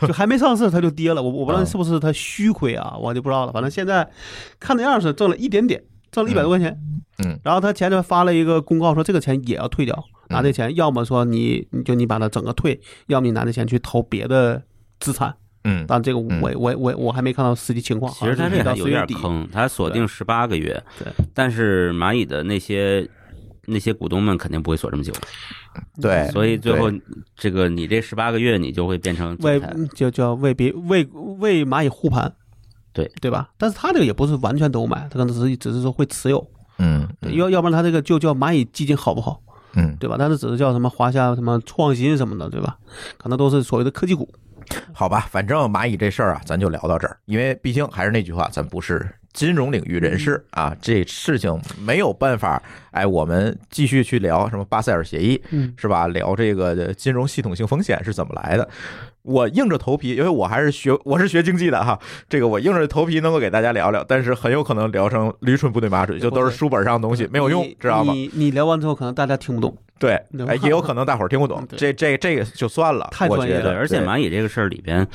Speaker 2: 就还没上市它就跌了。我我不知
Speaker 1: 啊
Speaker 2: 道是不是它虚亏啊，我就不知道了。反正现在看那样是挣了一点点，挣了一百多块钱。
Speaker 1: 嗯
Speaker 2: 然后他前阵发了一个公告，说这个钱也要退掉，
Speaker 1: 嗯
Speaker 2: 拿这钱要么说你你就你把它整个退，要么你拿这钱去投别的资产，
Speaker 1: 嗯
Speaker 2: 但这个
Speaker 1: 嗯
Speaker 2: 我我我我还没看到实际情况。
Speaker 3: 其实它
Speaker 2: 好像
Speaker 3: 这
Speaker 2: 是
Speaker 3: 个
Speaker 2: 到
Speaker 3: 有
Speaker 2: 四月
Speaker 3: 点
Speaker 2: 底，
Speaker 3: 坑，它锁定十八个月，
Speaker 2: 对，
Speaker 3: 但是蚂蚁的那些那些股东们肯定不会锁这么久，
Speaker 1: 对，
Speaker 3: 所以最后
Speaker 1: 对
Speaker 3: 这个你这十八个月你就会变成韭
Speaker 2: 为嗯
Speaker 3: 菜，
Speaker 2: 就叫为别为为蚂蚁护盘，
Speaker 3: 对
Speaker 2: 对吧？但是他这个也不是完全都买，他可能只是只是说会持有，
Speaker 1: 嗯
Speaker 2: 对要要不然他这个就叫蚂蚁基金好不好，
Speaker 1: 嗯，
Speaker 2: 对吧？但是只是叫什么华夏什么创新什么的，对吧？可能都是所谓的科技股，
Speaker 1: 好吧，反正蚂蚁这事儿啊，咱就聊到这儿，因为毕竟还是那句话，咱不是金融领域人士
Speaker 3: 嗯
Speaker 1: 啊，这事情没有办法。哎，我们继续去聊什么巴塞尔协议
Speaker 2: 嗯，
Speaker 1: 是吧？聊这个金融系统性风险是怎么来的。我硬着头皮，因为我还是学我是学经济的哈，这个我硬着头皮能够给大家聊聊，但是很有可能聊成驴唇不对马嘴，就都是书本上的东西，没有用
Speaker 2: 你，
Speaker 1: 知道吗？
Speaker 2: 你你聊完之后，可能大家听不懂，
Speaker 1: 对，
Speaker 2: 对
Speaker 1: 哎，也有可能大伙儿听不懂，
Speaker 2: 嗯对
Speaker 1: 这这这个就算了，
Speaker 2: 太专
Speaker 1: 我
Speaker 2: 业
Speaker 1: 觉
Speaker 2: 了
Speaker 1: 得
Speaker 3: 对，而且
Speaker 1: 对
Speaker 3: 蚂蚁这个事儿里边。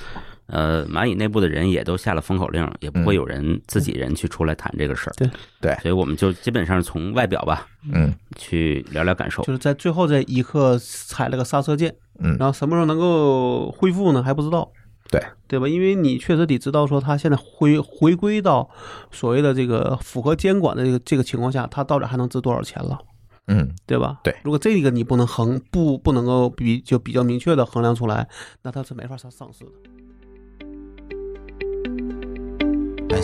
Speaker 3: 呃，蚂蚁内部的人也都下了封口令，也不会有人自己人去出来谈这个事儿。
Speaker 2: 嗯对
Speaker 1: 对
Speaker 3: 所以我们就基本上从外表吧，
Speaker 1: 嗯，
Speaker 3: 去聊聊感受
Speaker 2: 就。是在最后这一刻踩了个刹车键，
Speaker 1: 嗯
Speaker 2: 然后什么时候能够恢复呢？还不知道，
Speaker 1: 对
Speaker 2: 对吧？因为你确实得知道说他现在回回归到所谓的这个符合监管的这个这个情况下，他到底还能值多少钱了，
Speaker 1: 嗯
Speaker 2: 对吧？
Speaker 1: 对
Speaker 2: 如果这个你不能衡不不能够比就比较明确的衡量出来，那他是没法上上市的。
Speaker 5: 感